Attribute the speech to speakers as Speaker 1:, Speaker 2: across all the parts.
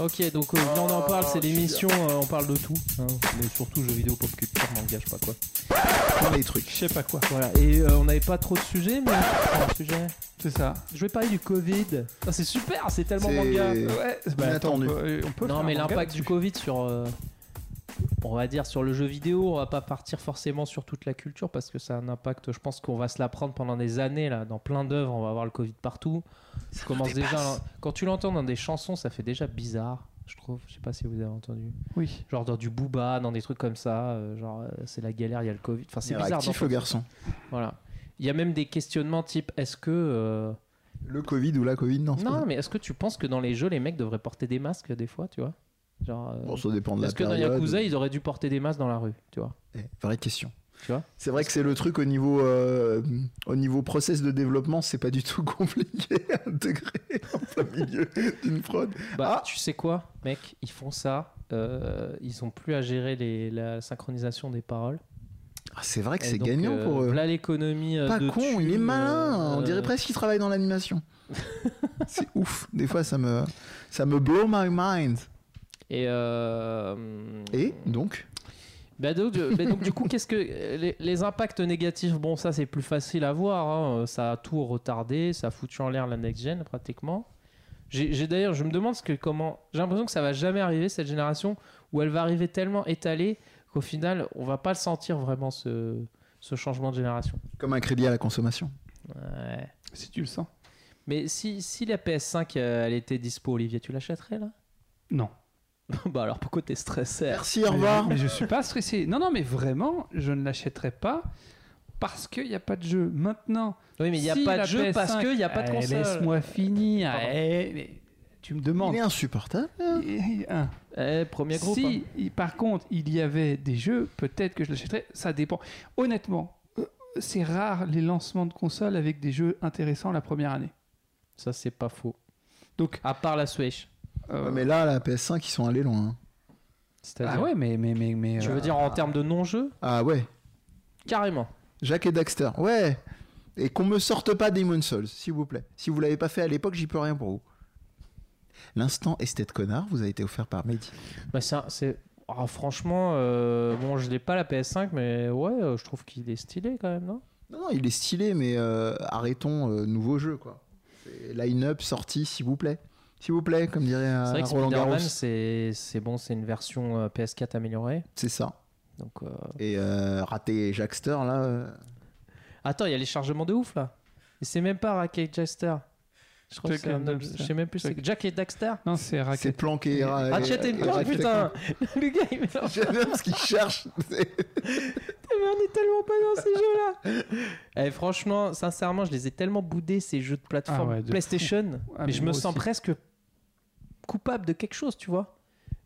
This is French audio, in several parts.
Speaker 1: Ok, donc euh, Viande en parle,
Speaker 2: Ah,
Speaker 1: c'est l'émission, euh, on parle de tout, hein, mais surtout jeux vidéo, pop culture, manga, je sais pas quoi.
Speaker 3: Plein les trucs.
Speaker 2: Je sais pas quoi.
Speaker 1: Voilà, et euh, on n'avait pas trop de sujets, mais Enfin, sujet.
Speaker 2: C'est ça.
Speaker 1: Je vais parler du Covid. Ah, c'est super, c'est tellement
Speaker 3: C'est-
Speaker 1: manga.
Speaker 3: Et-
Speaker 2: Ouais, bah, attends, on
Speaker 3: Inattendu.
Speaker 2: peut, on peut
Speaker 1: non,
Speaker 2: faire
Speaker 1: mais
Speaker 2: un manga
Speaker 1: l'impact du
Speaker 2: là-dessus.
Speaker 1: Covid sur, euh, on va dire sur le jeu vidéo, on va pas partir forcément sur toute la culture parce que ça a un impact. Je pense qu'on va se l'apprendre pendant des années là, dans plein d'œuvres, on va avoir le Covid partout. Je commence déjà hein. quand tu l'entends dans des chansons, ça fait déjà bizarre. Je trouve, je sais pas si vous avez entendu.
Speaker 2: Oui.
Speaker 1: Genre dans du booba, dans des trucs comme ça, euh, genre euh, c'est la galère, il y a le Covid. Enfin, c'est
Speaker 3: C'est
Speaker 1: bizarre.
Speaker 3: actif le
Speaker 1: d'entendre-
Speaker 3: garçon.
Speaker 1: Voilà. Il y a même des questionnements type est-ce que euh,
Speaker 3: Le Covid ou la Covid, non c'est pas
Speaker 1: non,
Speaker 3: ça.
Speaker 1: mais est-ce que tu penses que dans les jeux, les mecs devraient porter des masques des fois, tu vois Genre. euh,
Speaker 3: Bon, ça dépend de la
Speaker 1: Est-ce que dans
Speaker 3: période.
Speaker 1: Yakuza, ils auraient dû porter des masques dans la rue, tu vois
Speaker 3: Eh, vraie question.
Speaker 1: Tu vois
Speaker 3: C'est vrai que c'est le truc au niveau, euh, au niveau process de développement, c'est pas du tout compliqué à intégrer en plein milieu d'une prod.
Speaker 1: Bah,
Speaker 3: Ah
Speaker 1: tu sais quoi, mec Ils font ça. euh, ils ont plus à gérer les- la synchronisation des paroles.
Speaker 3: Ah, c'est vrai que
Speaker 1: Et
Speaker 3: c'est
Speaker 1: donc,
Speaker 3: gagnant
Speaker 1: euh,
Speaker 3: pour eux.
Speaker 1: Là, l'économie. euh,
Speaker 3: Pas
Speaker 1: de
Speaker 3: con,
Speaker 1: thunes,
Speaker 3: il est malin.
Speaker 1: euh,
Speaker 3: On dirait presque qu'il travaille dans l'animation. c'est ouf. Des fois, ça me, ça me blow my mind.
Speaker 1: Et. euh,
Speaker 3: Et donc,
Speaker 1: Bah donc, du- bah donc, du coup, qu'est-ce que euh, les, les impacts négatifs Bon, ça c'est plus facile à voir. hein. Ça a tout retardé, ça a foutu en l'air la next gen pratiquement. J'ai j'ai d'ailleurs, je me demande ce que comment. J'ai l'impression que ça va jamais arriver cette génération où elle va arriver tellement étalée qu'au final, on va pas le sentir vraiment ce, ce changement de génération.
Speaker 3: comme un crédit à la consommation.
Speaker 1: Ouais.
Speaker 2: Si tu le sens.
Speaker 1: Mais si, si la PS5 euh, elle était dispo, Olivier, tu l'achèterais là
Speaker 2: Non.
Speaker 1: Bah alors pourquoi t'es stressé hein
Speaker 3: Merci, au
Speaker 2: Mais-
Speaker 3: revoir.
Speaker 2: Mais je suis pas stressé. Non, non, mais vraiment, je ne l'achèterai pas parce qu'il n'y a pas de jeu. Maintenant,
Speaker 1: Oui, mais il n'y a
Speaker 2: si
Speaker 1: pas de
Speaker 2: la
Speaker 1: jeu parce
Speaker 2: PS5
Speaker 1: qu'il n'y a pas de
Speaker 2: Eh,
Speaker 1: console. Ah,
Speaker 2: Laisse-moi finir.
Speaker 1: Pardon.
Speaker 2: Eh, mais tu me
Speaker 3: Il
Speaker 2: demandes.
Speaker 3: est insupportable.
Speaker 2: Eh, hein.
Speaker 1: Eh, premier groupe. hein.
Speaker 2: Si, il- par contre, il y avait des jeux, peut-être que je l'achèterais. Ça dépend. Honnêtement, euh, c'est rare les lancements de consoles avec des jeux intéressants la première année.
Speaker 1: Ça, c'est pas faux.
Speaker 2: Donc,
Speaker 1: À part la Switch.
Speaker 2: euh,
Speaker 3: Ouais, mais là, la PS5, ils sont allés loin. hein.
Speaker 1: C'est-à-dire.
Speaker 2: ah ouais, mais mais mais mais.
Speaker 1: Tu
Speaker 2: euh,
Speaker 1: veux dire en termes de non-jeu
Speaker 3: Ah ouais.
Speaker 1: Carrément.
Speaker 3: Jacques et Daxter, ouais. Et qu'on me sorte pas Demon Souls, s'il vous plaît. Si vous l'avez pas fait à l'époque, j'y peux rien pour vous. L'instant esthète connard vous a été offert par Mehdi.
Speaker 1: Bah, c'est un- c'est. Ah, franchement, euh, bon, je l'ai pas la PS5, mais ouais, euh, je trouve qu'il est stylé quand même, non
Speaker 3: Non, non, il est stylé, mais euh, arrêtons euh, nouveau jeu, quoi. C'est Line-up, sortie, s'il vous plaît. S'il vous plaît, comme dirait
Speaker 1: C'est vrai
Speaker 3: euh,
Speaker 1: que
Speaker 3: Roland Garros.
Speaker 1: Spider-Man, c'est c'est bon, c'est une version euh, PS4 améliorée.
Speaker 3: C'est ça.
Speaker 1: Donc, euh,
Speaker 3: Et euh, raté Jackster, là. euh,
Speaker 1: Attends, il y a les chargements de ouf là. Et c'est même pas Racket Jester. Je crois que
Speaker 2: Jack
Speaker 1: c'est
Speaker 2: and
Speaker 1: un autre-
Speaker 2: Daxter.
Speaker 1: Je sais même plus. c'est-
Speaker 2: Jack-
Speaker 1: Jack et Daxter
Speaker 2: Non, c'est
Speaker 3: C'est
Speaker 2: racket.
Speaker 3: planqué. ra-
Speaker 1: Ratchet
Speaker 3: et-
Speaker 1: et
Speaker 3: et
Speaker 1: Clank,
Speaker 3: Ratchet
Speaker 1: putain Le gars, il mélange-
Speaker 3: J'aime bien ce qu'il cherche.
Speaker 1: Eh, Mais on est tellement pas dans ces jeux-là. Eh, franchement, sincèrement, je les ai tellement boudés ces jeux de plateforme
Speaker 2: Ah ouais, de
Speaker 1: PlayStation.
Speaker 2: Ah,
Speaker 1: mais,
Speaker 2: mais
Speaker 1: je
Speaker 2: moi
Speaker 1: me sens
Speaker 2: aussi.
Speaker 1: presque coupable de quelque chose, tu vois.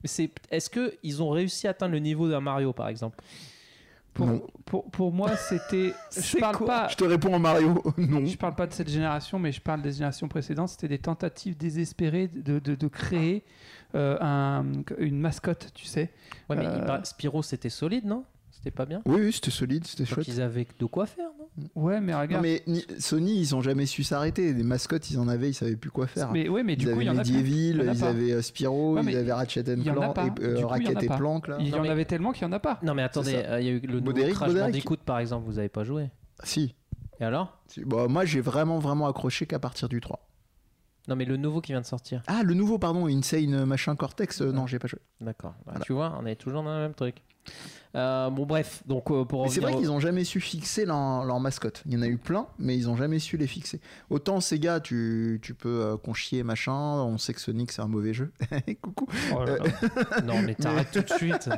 Speaker 1: Mais c'est, est-ce que ils ont réussi à atteindre le niveau d'un Mario, par exemple
Speaker 2: Pour,
Speaker 3: Non.
Speaker 2: pour, pour moi, c'était. je
Speaker 1: C'est
Speaker 2: parle
Speaker 1: quoi
Speaker 2: pas.
Speaker 3: Je te réponds en Mario. non.
Speaker 2: Je parle pas de cette génération, mais je parle des générations précédentes. C'était des tentatives désespérées de, de, de créer euh, un, une mascotte, tu sais.
Speaker 1: Ouais, mais
Speaker 2: Euh.
Speaker 1: il paraît- Spyro, c'était solide, non C'était pas bien.
Speaker 3: Oui, oui, c'était solide, c'était
Speaker 1: Donc
Speaker 3: chouette.
Speaker 1: ils avaient de quoi faire, non
Speaker 2: Ouais, mais
Speaker 3: Non
Speaker 2: regarde.
Speaker 3: mais ni- Sony ils ont jamais su s'arrêter. Des mascottes ils en avaient, ils savaient plus quoi faire.
Speaker 2: mais, ouais, mais
Speaker 3: ils
Speaker 2: du coup, il
Speaker 3: avaient
Speaker 2: y en a plus.
Speaker 3: Medieval,
Speaker 2: Il y en a
Speaker 3: ils
Speaker 2: pas.
Speaker 3: avaient euh, Spyro,
Speaker 2: Ouais, mais
Speaker 3: ils avaient Ratchet and
Speaker 2: il y en a
Speaker 3: Clank,
Speaker 2: pas.
Speaker 3: et, euh,
Speaker 2: Du coup, il y en a
Speaker 3: Racket et
Speaker 2: pas.
Speaker 3: Plank là.
Speaker 2: Il y
Speaker 1: Non,
Speaker 2: en
Speaker 1: mais-
Speaker 2: avait tellement qu'il y en a pas.
Speaker 1: Non, mais attendez,
Speaker 3: ça.
Speaker 1: euh, il y a eu le nouveau
Speaker 3: Baudéric,
Speaker 1: Crash
Speaker 3: Baudéric.
Speaker 1: Bandicoot, par exemple. Vous avez pas joué.
Speaker 3: Si.
Speaker 1: Et alors
Speaker 3: Si. Bah, moi j'ai vraiment vraiment accroché qu'à partir du 3.
Speaker 1: Non, mais le nouveau qui vient de sortir.
Speaker 3: Ah le nouveau pardon, Insane euh, machin Cortex, euh, non j'ai pas joué.
Speaker 1: D'accord. Bah,
Speaker 3: Voilà.
Speaker 1: Tu vois, on est toujours dans le même truc. Euh, bon, bref. Donc, euh, pour
Speaker 2: Oh,
Speaker 3: Mais c'est
Speaker 1: revenir
Speaker 3: vrai
Speaker 1: au-
Speaker 3: qu'ils ont jamais su fixer leur, leur mascotte. Il y en a eu plein, mais ils ont jamais su les fixer. Autant Sega, tu, tu peux euh, conchier machin, on sait que Sonic c'est un mauvais jeu. Coucou.
Speaker 1: Oh
Speaker 3: Euh,
Speaker 1: Non, mais t'arrêtes tout de suite.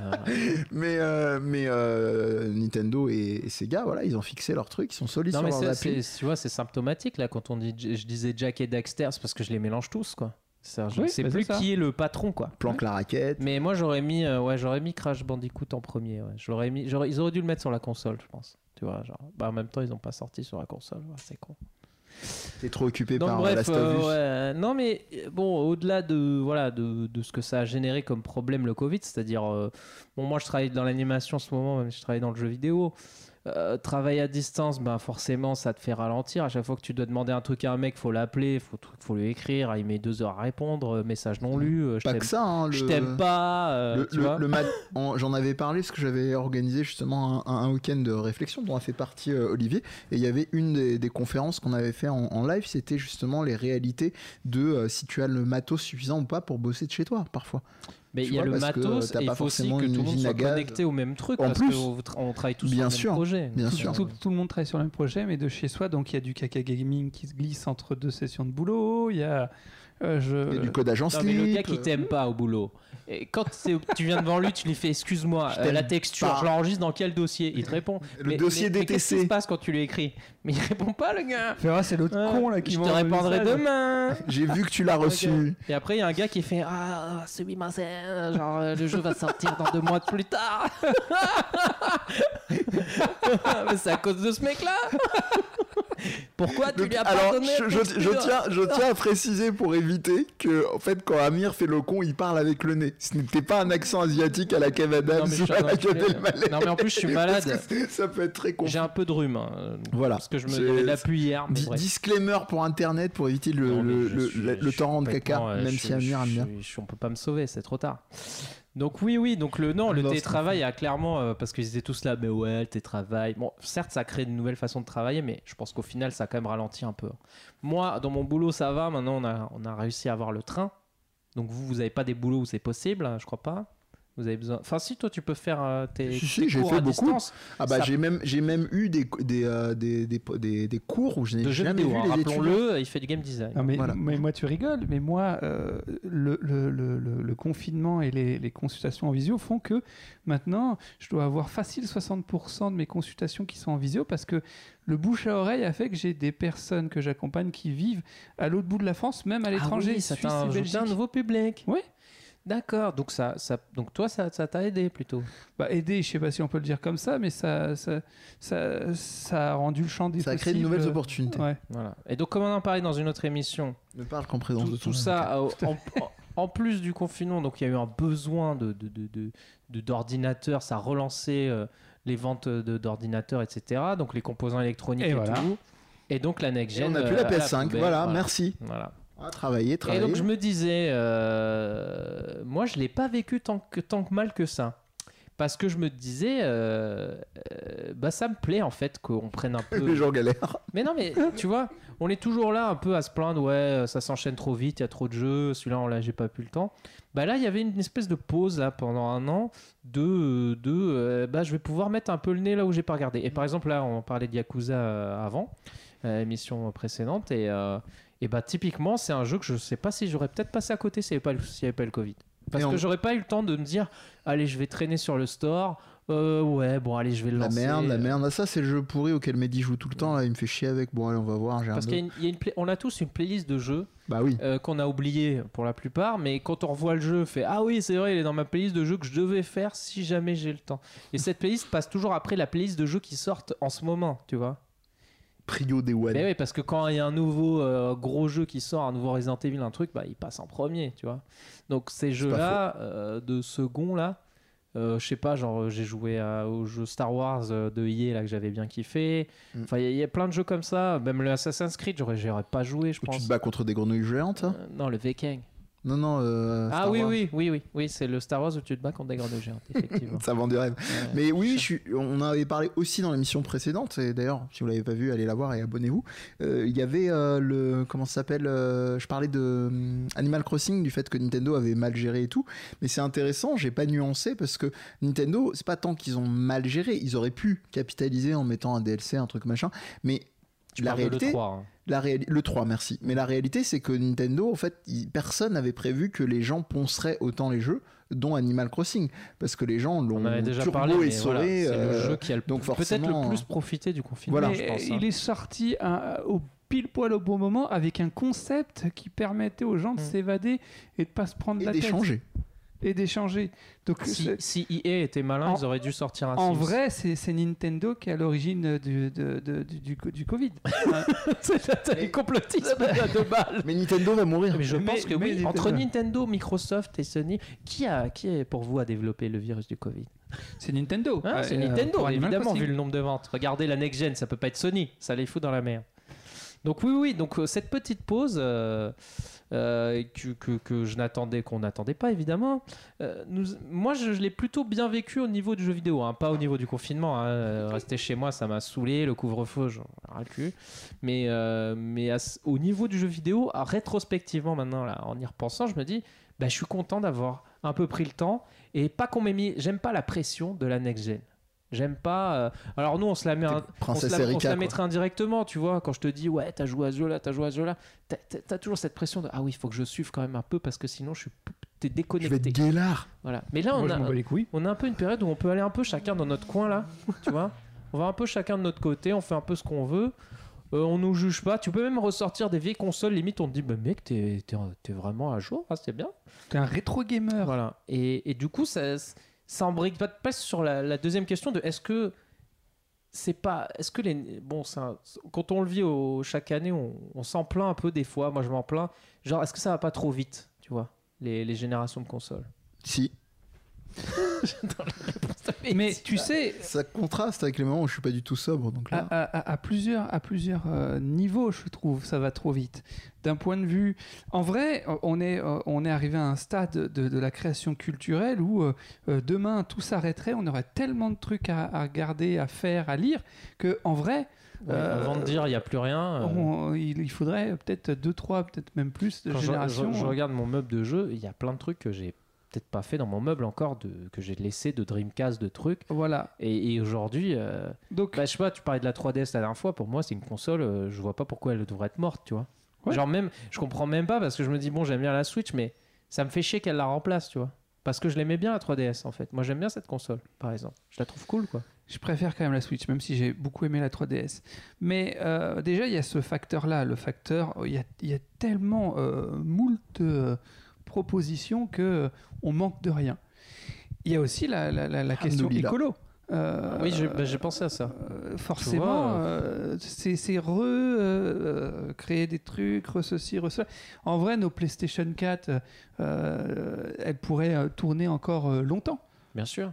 Speaker 3: Mais, euh, mais euh, Nintendo et, et Sega, voilà, ils ont fixé leur truc, ils sont solides
Speaker 1: non,
Speaker 3: sur
Speaker 1: mais
Speaker 3: leurs
Speaker 1: c'est,
Speaker 3: applis.
Speaker 1: c'est- tu vois, c'est symptomatique là quand on dit, je disais Jack et Daxter, c'est parce que je les mélange tous, quoi. C'est, je
Speaker 2: Oui,
Speaker 1: sais
Speaker 2: bah,
Speaker 1: plus
Speaker 2: c'est ça.
Speaker 1: qui est le patron, quoi.
Speaker 3: Planque la raquette.
Speaker 1: Mais moi, j'aurais mis, euh, ouais, j'aurais mis Crash Bandicoot en premier. Ouais. J'aurais mis, j'aurais- ils auraient dû le mettre sur la console, je pense. Tu vois, genre, bah, en même temps, ils n'ont pas sorti sur la console, ouais, c'est con.
Speaker 3: T'es trop occupé
Speaker 1: Donc
Speaker 3: par euh,
Speaker 1: bref,
Speaker 3: Last of
Speaker 1: euh,
Speaker 3: Us.
Speaker 1: ouais, euh, non mais euh, bon, au-delà de voilà de, de ce que ça a généré comme problème le Covid, c'est-à-dire euh, bon moi je travaille dans l'animation en ce moment, même si je travaille dans le jeu vidéo, euh, travail à distance, ben forcément, ça te fait ralentir. À chaque fois que tu dois demander un truc à un mec, faut l'appeler, faut, faut lui écrire. Il met deux heures à répondre, euh, message non lu. euh, je
Speaker 3: Pas
Speaker 1: t'aime-
Speaker 3: que ça, hein, le-
Speaker 1: Je t'aime pas. euh,
Speaker 3: Le,
Speaker 1: tu
Speaker 3: le-
Speaker 1: vois
Speaker 3: le mat- en- j'en avais parlé parce que j'avais organisé justement un, un- un week-end de réflexion dont a fait partie euh, Olivier. Et il y avait une des, des conférences qu'on avait fait en, en live, c'était justement les réalités de euh, si tu as le matos suffisant ou pas pour bosser de chez toi parfois.
Speaker 1: Mais
Speaker 3: tu
Speaker 1: il y a
Speaker 3: vois,
Speaker 1: le
Speaker 3: parce que,
Speaker 1: matos
Speaker 3: euh, t'as
Speaker 1: et il
Speaker 3: pas
Speaker 1: faut aussi
Speaker 3: forcément
Speaker 1: que
Speaker 3: une
Speaker 1: tout le monde
Speaker 3: usine à
Speaker 1: soit
Speaker 3: gaz.
Speaker 1: connecté au même truc
Speaker 3: En
Speaker 1: parce
Speaker 3: plus.
Speaker 1: qu'on tra- on travaille tous sur
Speaker 3: Bien
Speaker 1: le
Speaker 3: sûr.
Speaker 1: même projet.
Speaker 3: Bien
Speaker 2: tout,
Speaker 3: sûr.
Speaker 2: Tout, tout le monde travaille sur le même projet, mais de chez soi. Donc il y a du caca gaming qui se glisse entre deux sessions de boulot. Il y a. euh, je...
Speaker 3: Il y a du codage en
Speaker 1: Non, mais le gars
Speaker 3: slip.
Speaker 1: qui t'aime pas au boulot, et quand c'est- tu viens devant lui, tu lui fais excuse-moi,
Speaker 3: Je
Speaker 1: euh,
Speaker 3: t'aime
Speaker 1: la texture,
Speaker 3: pas.
Speaker 1: je l'enregistre dans quel dossier Il te répond.
Speaker 3: euh, Le
Speaker 1: Mais-
Speaker 3: dossier
Speaker 1: mais- mais Qu'est-ce qui
Speaker 3: DTC.
Speaker 1: se passe quand tu lui écris Mais il répond pas, le gars
Speaker 2: Ferra, c'est l'autre
Speaker 1: Ah,
Speaker 2: con là qui
Speaker 1: Je te
Speaker 2: m'envoie le
Speaker 1: répondrai
Speaker 2: message.
Speaker 1: demain
Speaker 3: J'ai vu que tu l'as reçu.
Speaker 1: Et après, il y a un gars qui fait Ah, celui moi genre euh, le jeu va sortir dans deux mois de plus tard. Mais c'est à cause de ce mec-là Pourquoi tu
Speaker 3: Le-
Speaker 1: lui as
Speaker 3: Alors,
Speaker 1: pardonné
Speaker 3: je, je- je tiens, je tiens à préciser pour éviter que, en fait, quand Amir fait le con, il parle avec le nez. Ce n'était pas un accent asiatique à la
Speaker 1: Non,
Speaker 3: Cavada,
Speaker 1: mais je suis
Speaker 3: à la
Speaker 1: enculé.
Speaker 3: Gueule del Malais.
Speaker 1: Non, mais en plus, je suis
Speaker 3: Parce que
Speaker 1: malade.
Speaker 3: c'est- ça peut être très confus.
Speaker 1: J'ai un peu de rhume. hein,
Speaker 3: Voilà.
Speaker 1: Parce que je me
Speaker 3: Ah, C'est-
Speaker 1: il y avait de la pluie hier, mais
Speaker 3: Di-
Speaker 1: bref.
Speaker 3: Disclaimer pour internet pour éviter le,
Speaker 1: Non, mais
Speaker 3: le,
Speaker 1: je
Speaker 3: le-
Speaker 1: suis-
Speaker 3: le-
Speaker 1: je
Speaker 3: le
Speaker 1: suis
Speaker 3: torrent de caca,
Speaker 1: complètement, euh,
Speaker 3: même
Speaker 1: je-
Speaker 3: si Amir
Speaker 1: je-
Speaker 3: aime bien.
Speaker 1: je- je- on peut pas me sauver, c'est trop tard. Donc oui, oui, donc le non, le
Speaker 3: Ah Non, c'est
Speaker 1: télétravail a clairement, euh, parce qu'ils étaient tous là, mais ouais, le télétravail. Bon, certes, ça crée de nouvelles façons de travailler, mais je pense qu'au final, ça a quand même ralenti un peu. Moi, dans mon boulot, ça va. Maintenant, on a, on a réussi à avoir le train. Donc vous, vous avez pas des boulots où c'est possible, hein, je crois pas. Vous avez besoin. Enfin, si toi, tu peux faire euh, tes,
Speaker 3: Si, si,
Speaker 1: tes
Speaker 3: j'ai
Speaker 1: cours
Speaker 3: fait
Speaker 1: à
Speaker 3: beaucoup.
Speaker 1: distance.
Speaker 3: Ah bah
Speaker 1: ça-
Speaker 3: j'ai même j'ai même eu des des, euh, des, des, des- des cours où je
Speaker 1: De
Speaker 3: n'ai
Speaker 1: jeux
Speaker 3: jamais
Speaker 1: vidéo, hein,
Speaker 3: vu les étudiants.
Speaker 1: rappelons-le, il fait du game design.
Speaker 2: Non, mais,
Speaker 3: Voilà.
Speaker 2: mais moi, tu rigoles, mais moi, euh, le, le- le- le- le confinement et les, les consultations en visio font que maintenant, je dois avoir facile 60% de mes consultations qui sont en visio parce que le bouche à oreille a fait que j'ai des personnes que j'accompagne qui vivent à l'autre bout de la France, même à l'étranger,
Speaker 1: Ah oui, ça
Speaker 2: Suisse
Speaker 1: t'a
Speaker 2: et
Speaker 1: ajouté
Speaker 2: Belgique.
Speaker 1: un nouveau public.
Speaker 2: Oui.
Speaker 1: D'accord, donc ça, ça, donc toi ça, ça t'a aidé plutôt.
Speaker 2: Bah, aider, je sais pas si on peut le dire comme ça, mais ça, ça, ça, ça a rendu le champ des
Speaker 3: Ça crée de
Speaker 2: possibles. euh,
Speaker 3: nouvelles opportunités.
Speaker 2: Ouais.
Speaker 1: Voilà. Et donc comme on en parlait dans une autre émission,
Speaker 3: Ne parle qu'en présence
Speaker 1: tout,
Speaker 3: de
Speaker 1: tout
Speaker 3: ton avocat.
Speaker 1: ça euh, en, en- en plus du confinement, donc il y a eu un besoin de de- de- de- de- d'ordinateurs, ça a relancé euh, les ventes de- d'ordinateurs, etc. Donc les composants électroniques
Speaker 2: Et
Speaker 1: et,
Speaker 2: voilà.
Speaker 1: tout. Et donc la next
Speaker 3: Et
Speaker 1: gen.
Speaker 3: on a
Speaker 1: euh,
Speaker 3: plus la
Speaker 1: à
Speaker 3: PS5,
Speaker 1: poubelle,
Speaker 3: voilà, merci.
Speaker 1: Voilà.
Speaker 3: Ah, travailler,
Speaker 1: Et
Speaker 3: travailler.
Speaker 1: donc je me disais, euh, moi je l'ai pas vécu tant que, tant que mal que ça. Parce que je me disais, euh, euh, bah ça me plaît en fait qu'on prenne un
Speaker 3: Les
Speaker 1: peu.
Speaker 3: gens galèrent.
Speaker 1: Mais non, mais tu vois, on est toujours là un peu à se plaindre, ouais, euh, ça s'enchaîne trop vite, il y a trop de jeux, celui-là, on l'a, j'ai pas pu le temps. Bah là, il y avait une espèce de pause là pendant un an de, de euh, bah je vais pouvoir mettre un peu le nez là où j'ai pas regardé. Et par exemple, là, on parlait de Yakuza euh, avant, euh, émission précédente, et, euh, et bah typiquement, c'est un jeu que je sais pas si j'aurais peut-être passé à côté s'il n'y avait, pas le- s'il y avait pas le Covid. Parce
Speaker 3: Et on-
Speaker 1: que j'aurais pas eu le temps de me dire, allez, je vais traîner sur le store, euh, ouais, bon, allez, je vais le
Speaker 3: La
Speaker 1: lancer.
Speaker 3: merde, la
Speaker 1: euh,
Speaker 3: merde. Ah, ça, c'est le jeu pourri auquel Mehdi joue tout le temps. Là, il me fait chier avec. Bon, allez, on va voir. j'ai un
Speaker 1: Parce
Speaker 3: autre.
Speaker 1: qu'il y a une- il y a une pla- on a tous une playlist de jeux
Speaker 3: Bah oui.
Speaker 1: euh, qu'on a oublié pour la plupart, mais quand on revoit le jeu, on fait ah oui c'est vrai il est dans ma playlist de jeux que je devais faire si jamais j'ai le temps. Et cette playlist passe toujours après la playlist de jeux qui sortent en ce moment, tu vois.
Speaker 3: Prio des One.
Speaker 1: Mais oui parce que quand il y a un nouveau euh, gros jeu qui sort, un nouveau Resident Evil, un truc, bah il passe en premier, tu vois. Donc ces jeux là de second là. euh, je sais pas, genre euh, j'ai joué à- au jeu Star Wars euh, de EA là que j'avais bien kiffé.
Speaker 3: Mm.
Speaker 1: Enfin, il y, a- il y a plein de jeux comme ça. Même le Assassin's Creed, j'aurais j'aurais pas joué, je
Speaker 3: Où tu
Speaker 1: pense.
Speaker 3: te bats contre des grenouilles géantes. hein
Speaker 1: Euh, non, le Viking.
Speaker 3: Non, non. euh,
Speaker 1: Ah
Speaker 3: Star
Speaker 1: oui,
Speaker 3: Wars.
Speaker 1: oui, oui, oui, oui, c'est le Star Wars où tu te bats contre des grenouilles géantes, effectivement.
Speaker 3: Ça vend du rêve.
Speaker 1: Ouais.
Speaker 3: Mais oui, je suis- on en avait parlé aussi dans l'émission précédente, et d'ailleurs, si vous l'avez pas vu, allez la voir et abonnez-vous. Euh, Il y avait euh, le. Comment ça s'appelle euh, Je parlais de hum, Animal Crossing, du fait que Nintendo avait mal géré et tout. Mais c'est intéressant, j'ai pas nuancé parce que Nintendo, c'est pas tant qu'ils ont mal géré, ils auraient pu capitaliser en mettant un DLC, un truc machin, mais.
Speaker 1: Tu
Speaker 3: la
Speaker 1: parles de
Speaker 3: réalité,
Speaker 1: le 3, hein.
Speaker 3: la réali- le 3, merci. Mais la réalité, c'est que Nintendo, en fait, il- personne n'avait prévu que les gens ponceraient autant les jeux, dont Animal Crossing. Parce que les gens l'ont
Speaker 1: On en avait déjà
Speaker 3: turbo
Speaker 1: parlé, mais voilà,
Speaker 3: essoré,
Speaker 1: c'est le
Speaker 3: euh,
Speaker 1: jeu qui a le-
Speaker 3: donc
Speaker 1: peut-être
Speaker 3: forcément,
Speaker 1: le plus
Speaker 3: euh,
Speaker 1: profité du confinement,
Speaker 3: voilà.
Speaker 1: je
Speaker 2: Mais
Speaker 1: pense. hein.
Speaker 2: Il est sorti à- au pile poil au bon moment avec un concept qui permettait aux gens de
Speaker 1: Mm.
Speaker 2: s'évader et de pas se prendre
Speaker 3: et
Speaker 2: la
Speaker 3: d'échanger.
Speaker 2: tête et d'échanger. Donc
Speaker 1: Ah, Si, Ah, si
Speaker 2: c'est-
Speaker 1: EA était malin,
Speaker 2: En-
Speaker 1: ils auraient dû sortir un
Speaker 2: en
Speaker 1: Sims.
Speaker 2: vrai, c'est c'est Nintendo qui est à l'origine du, de- de- du, du- du Covid.
Speaker 1: c'est les complotistes de balle. Ah,
Speaker 3: Mais Nintendo va mourir.
Speaker 1: Mais je
Speaker 2: Mais-
Speaker 1: pense que
Speaker 2: mais
Speaker 1: oui,
Speaker 2: Nintendo-
Speaker 1: entre Nintendo, Microsoft et Sony, qui, a, qui est pour vous a développé le virus du Covid
Speaker 2: C'est Nintendo.
Speaker 1: Hein,
Speaker 2: Ah,
Speaker 1: c'est
Speaker 2: et, euh,
Speaker 1: Nintendo,
Speaker 2: pour Animal
Speaker 1: évidemment,
Speaker 2: Crossing.
Speaker 1: vu le nombre de ventes. Regardez la next-gen, ça peut pas être Sony, ça les fout dans la merde. Donc oui, oui, donc euh, cette petite pause euh, euh, que, que- que je n'attendais, qu'on n'attendait pas, évidemment, euh, nous- moi je, je l'ai plutôt bien vécu au niveau du jeu vidéo, hein, pas au niveau du confinement. hein. Euh, Rester chez moi, ça m'a saoulé, le couvre-feu, j'en ai ras le cul. Mais, euh, mais à ce- au niveau du jeu vidéo, à- rétrospectivement maintenant, là, en y repensant, je me dis, bah, je suis content d'avoir un peu pris le temps et pas qu'on m'ait mis. J'aime pas la pression de la next gen. J'aime pas. euh, Alors nous, on se la met. un- On se
Speaker 3: Princesse
Speaker 1: la, on se
Speaker 3: Erika.
Speaker 1: la
Speaker 3: quoi.
Speaker 1: mettrait indirectement, tu vois, quand je te dis ouais, t'as joué à ce jeu-là, t'as joué à ce jeu-là, t'as- t'as t'as toujours cette pression de ah oui, il faut que je suive quand même un peu parce que sinon je suis p- t'es
Speaker 3: Je vais être
Speaker 1: déconnecté.
Speaker 3: guélard.
Speaker 1: Voilà. Mais là,
Speaker 2: Moi,
Speaker 1: on
Speaker 2: je
Speaker 1: a,
Speaker 2: m'en bats les couilles.
Speaker 1: on a un peu une période où on peut aller un peu chacun dans notre coin là, tu vois. On va un peu chacun de notre côté, on fait un peu ce qu'on veut. Euh, on nous juge pas. Tu peux même ressortir des vieilles consoles. Limite, on te dit, bah, mec, t'es t'es- t'es vraiment à jour, hein, c'est bien.
Speaker 2: T'es un rétro gamer.
Speaker 1: Voilà. Et, et du coup, ça, ça embrique pas de place sur la, la deuxième question de est-ce que c'est pas est-ce que les bon ça quand on le vit au, chaque année on, on s'en plaint un peu des fois moi je m'en plains genre est-ce que ça va pas trop vite tu vois les, les générations de consoles
Speaker 3: Si.
Speaker 2: Mais tu sais,
Speaker 3: Ça contraste avec les moments où je suis pas du tout sobre. Donc
Speaker 2: à,
Speaker 3: là,
Speaker 1: Ah,
Speaker 2: à- à- à plusieurs, à plusieurs euh, niveaux, je trouve, ça va trop vite. D'un point de vue, en vrai, euh, on est, euh, on est arrivé à un stade de, de la création culturelle où euh, euh, demain tout s'arrêterait, on aurait tellement de trucs à, à regarder, à faire, à lire, que en vrai,
Speaker 1: Ouais, avant de dire il y a plus rien euh,
Speaker 2: on- il, il faudrait peut-être deux, trois, peut-être même plus de hein.
Speaker 1: quand je-
Speaker 2: générations. euh,
Speaker 1: je, je regarde mon meuble de jeu il y a plein de trucs que j'ai peut-être pas fait dans mon meuble encore de, que j'ai laissé de Dreamcast de trucs
Speaker 2: Voilà.
Speaker 1: et, et aujourd'hui euh,
Speaker 2: Donc,
Speaker 1: Bah, je sais pas, tu parlais de la 3DS la dernière fois. Pour moi, c'est une console, euh, je vois pas pourquoi elle devrait être morte, tu vois.
Speaker 2: Ouais.
Speaker 1: Genre, même, je comprends même pas parce que je me dis, bon, j'aime bien la Switch, mais ça me fait chier qu'elle la remplace, tu vois. Parce que je l'aimais bien la 3DS en fait. Moi, j'aime bien cette console, par exemple. Je la trouve cool, quoi.
Speaker 2: Je préfère quand même la Switch, même si j'ai beaucoup aimé la 3DS. Mais euh, déjà, il y a ce facteur-là, le facteur, euh, il y a, il y a tellement euh, moult euh, propositions que euh, on manque de rien. Il y a aussi la, la- la- la question
Speaker 3: Alhamdoulilah.
Speaker 2: écolo.
Speaker 3: Ah
Speaker 2: Euh,
Speaker 1: oui, j'ai bah, j'ai pensé à ça.
Speaker 2: euh, forcément,
Speaker 1: Tu vois,
Speaker 2: euh, c'est c'est re euh, euh, créer des trucs, re ceci, re cela. En vrai, nos PlayStation 4, euh, elles pourraient euh, tourner encore euh, longtemps.
Speaker 1: Bien sûr.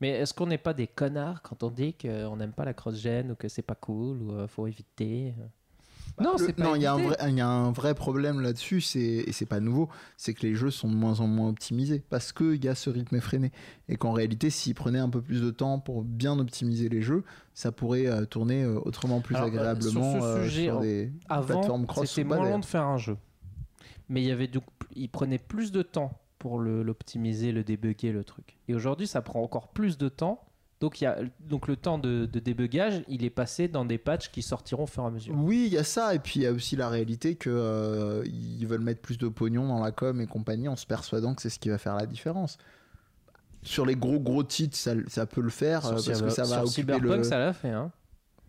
Speaker 1: Mais est-ce qu'on n'est pas des connards quand on dit qu'on n'aime pas la cross-gen ou que c'est pas cool ou euh, faut éviter euh
Speaker 2: non,
Speaker 3: Le-
Speaker 2: c'est pas
Speaker 3: non, il y, a un
Speaker 2: évité.
Speaker 3: vrai- il y a un vrai problème là-dessus, c'est- et c'est pas nouveau, c'est que les jeux sont de moins en moins optimisés parce qu'il y a ce rythme effréné. Et qu'en réalité, s'ils prenaient un peu plus de temps pour bien optimiser les jeux, ça pourrait euh, tourner euh, autrement plus
Speaker 1: Alors, euh,
Speaker 3: agréablement
Speaker 1: sur ce
Speaker 3: euh,
Speaker 1: sujet, en-
Speaker 3: des plateformes
Speaker 1: Avant,
Speaker 3: cross
Speaker 1: c'était
Speaker 3: ou pas,
Speaker 1: moins long
Speaker 3: d'ailleurs.
Speaker 1: de faire un jeu. Mais il y avait donc, il prenait plus de temps pour le- l'optimiser, le débugger, le truc. Et aujourd'hui, ça prend encore plus de temps. Donc, il y a, donc le temps de, de débugage, il est passé dans des patchs qui sortiront au fur et à mesure.
Speaker 3: Oui, il y a ça, et puis il y a aussi la réalité que euh, ils veulent mettre plus de pognon dans la com et compagnie en se persuadant que c'est ce qui va faire la différence. Sur les gros gros titres, ça, ça peut le faire euh,
Speaker 1: Sur,
Speaker 3: parce que ça
Speaker 1: sur
Speaker 3: va occuper
Speaker 1: Cyberpunk,
Speaker 3: le.
Speaker 1: ça l'a fait. hein.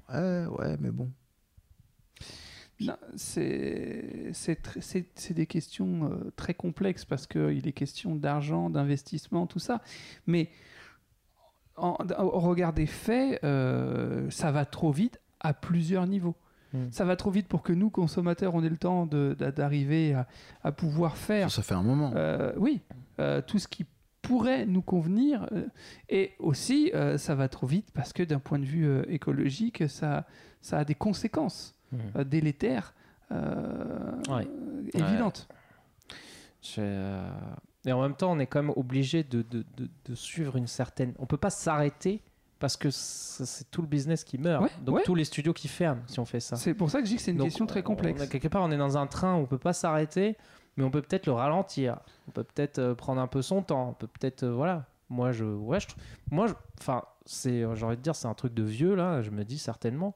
Speaker 3: Ouais, ouais, mais bon.
Speaker 2: Non, C'est c'est tr- c'est- c'est des questions euh, très complexes parce qu'il est question d'argent, d'investissement, tout ça. Mais en, en- au regard des faits, euh, ça va trop vite à plusieurs niveaux.
Speaker 1: Mm.
Speaker 2: Ça va trop vite pour que nous, consommateurs, on ait le temps de- d'a- d'arriver à, à pouvoir faire
Speaker 3: Ça fait un moment.
Speaker 2: euh, oui, euh, tout ce qui pourrait nous convenir. euh, et aussi, euh, ça va trop vite parce que d'un point de vue euh, écologique, ça, ça a des conséquences
Speaker 1: Mhm.
Speaker 2: euh, délétères euh,
Speaker 1: Ouais.
Speaker 2: euh, évidentes.
Speaker 1: Je- euh, Et en même temps, on est quand même obligé de, de- de- de suivre une certaine. On peut pas s'arrêter parce que c- c'est tout le business qui meurt.
Speaker 2: Ouais,
Speaker 1: donc
Speaker 2: ouais.
Speaker 1: tous les studios qui ferment si on fait ça.
Speaker 2: C'est pour ça que je dis que c'est une
Speaker 1: Donc,
Speaker 2: question très
Speaker 1: on-
Speaker 2: complexe.
Speaker 1: on- quelque part, on est dans un train, on peut pas s'arrêter, mais on peut peut-être le ralentir. On peut peut-être euh, prendre un peu son temps. On peut peut-être, euh, voilà. Moi, je, ouais, je, trou- moi, je- enfin, c'est, euh, j'ai envie de dire, c'est un truc de vieux là. Je me dis certainement.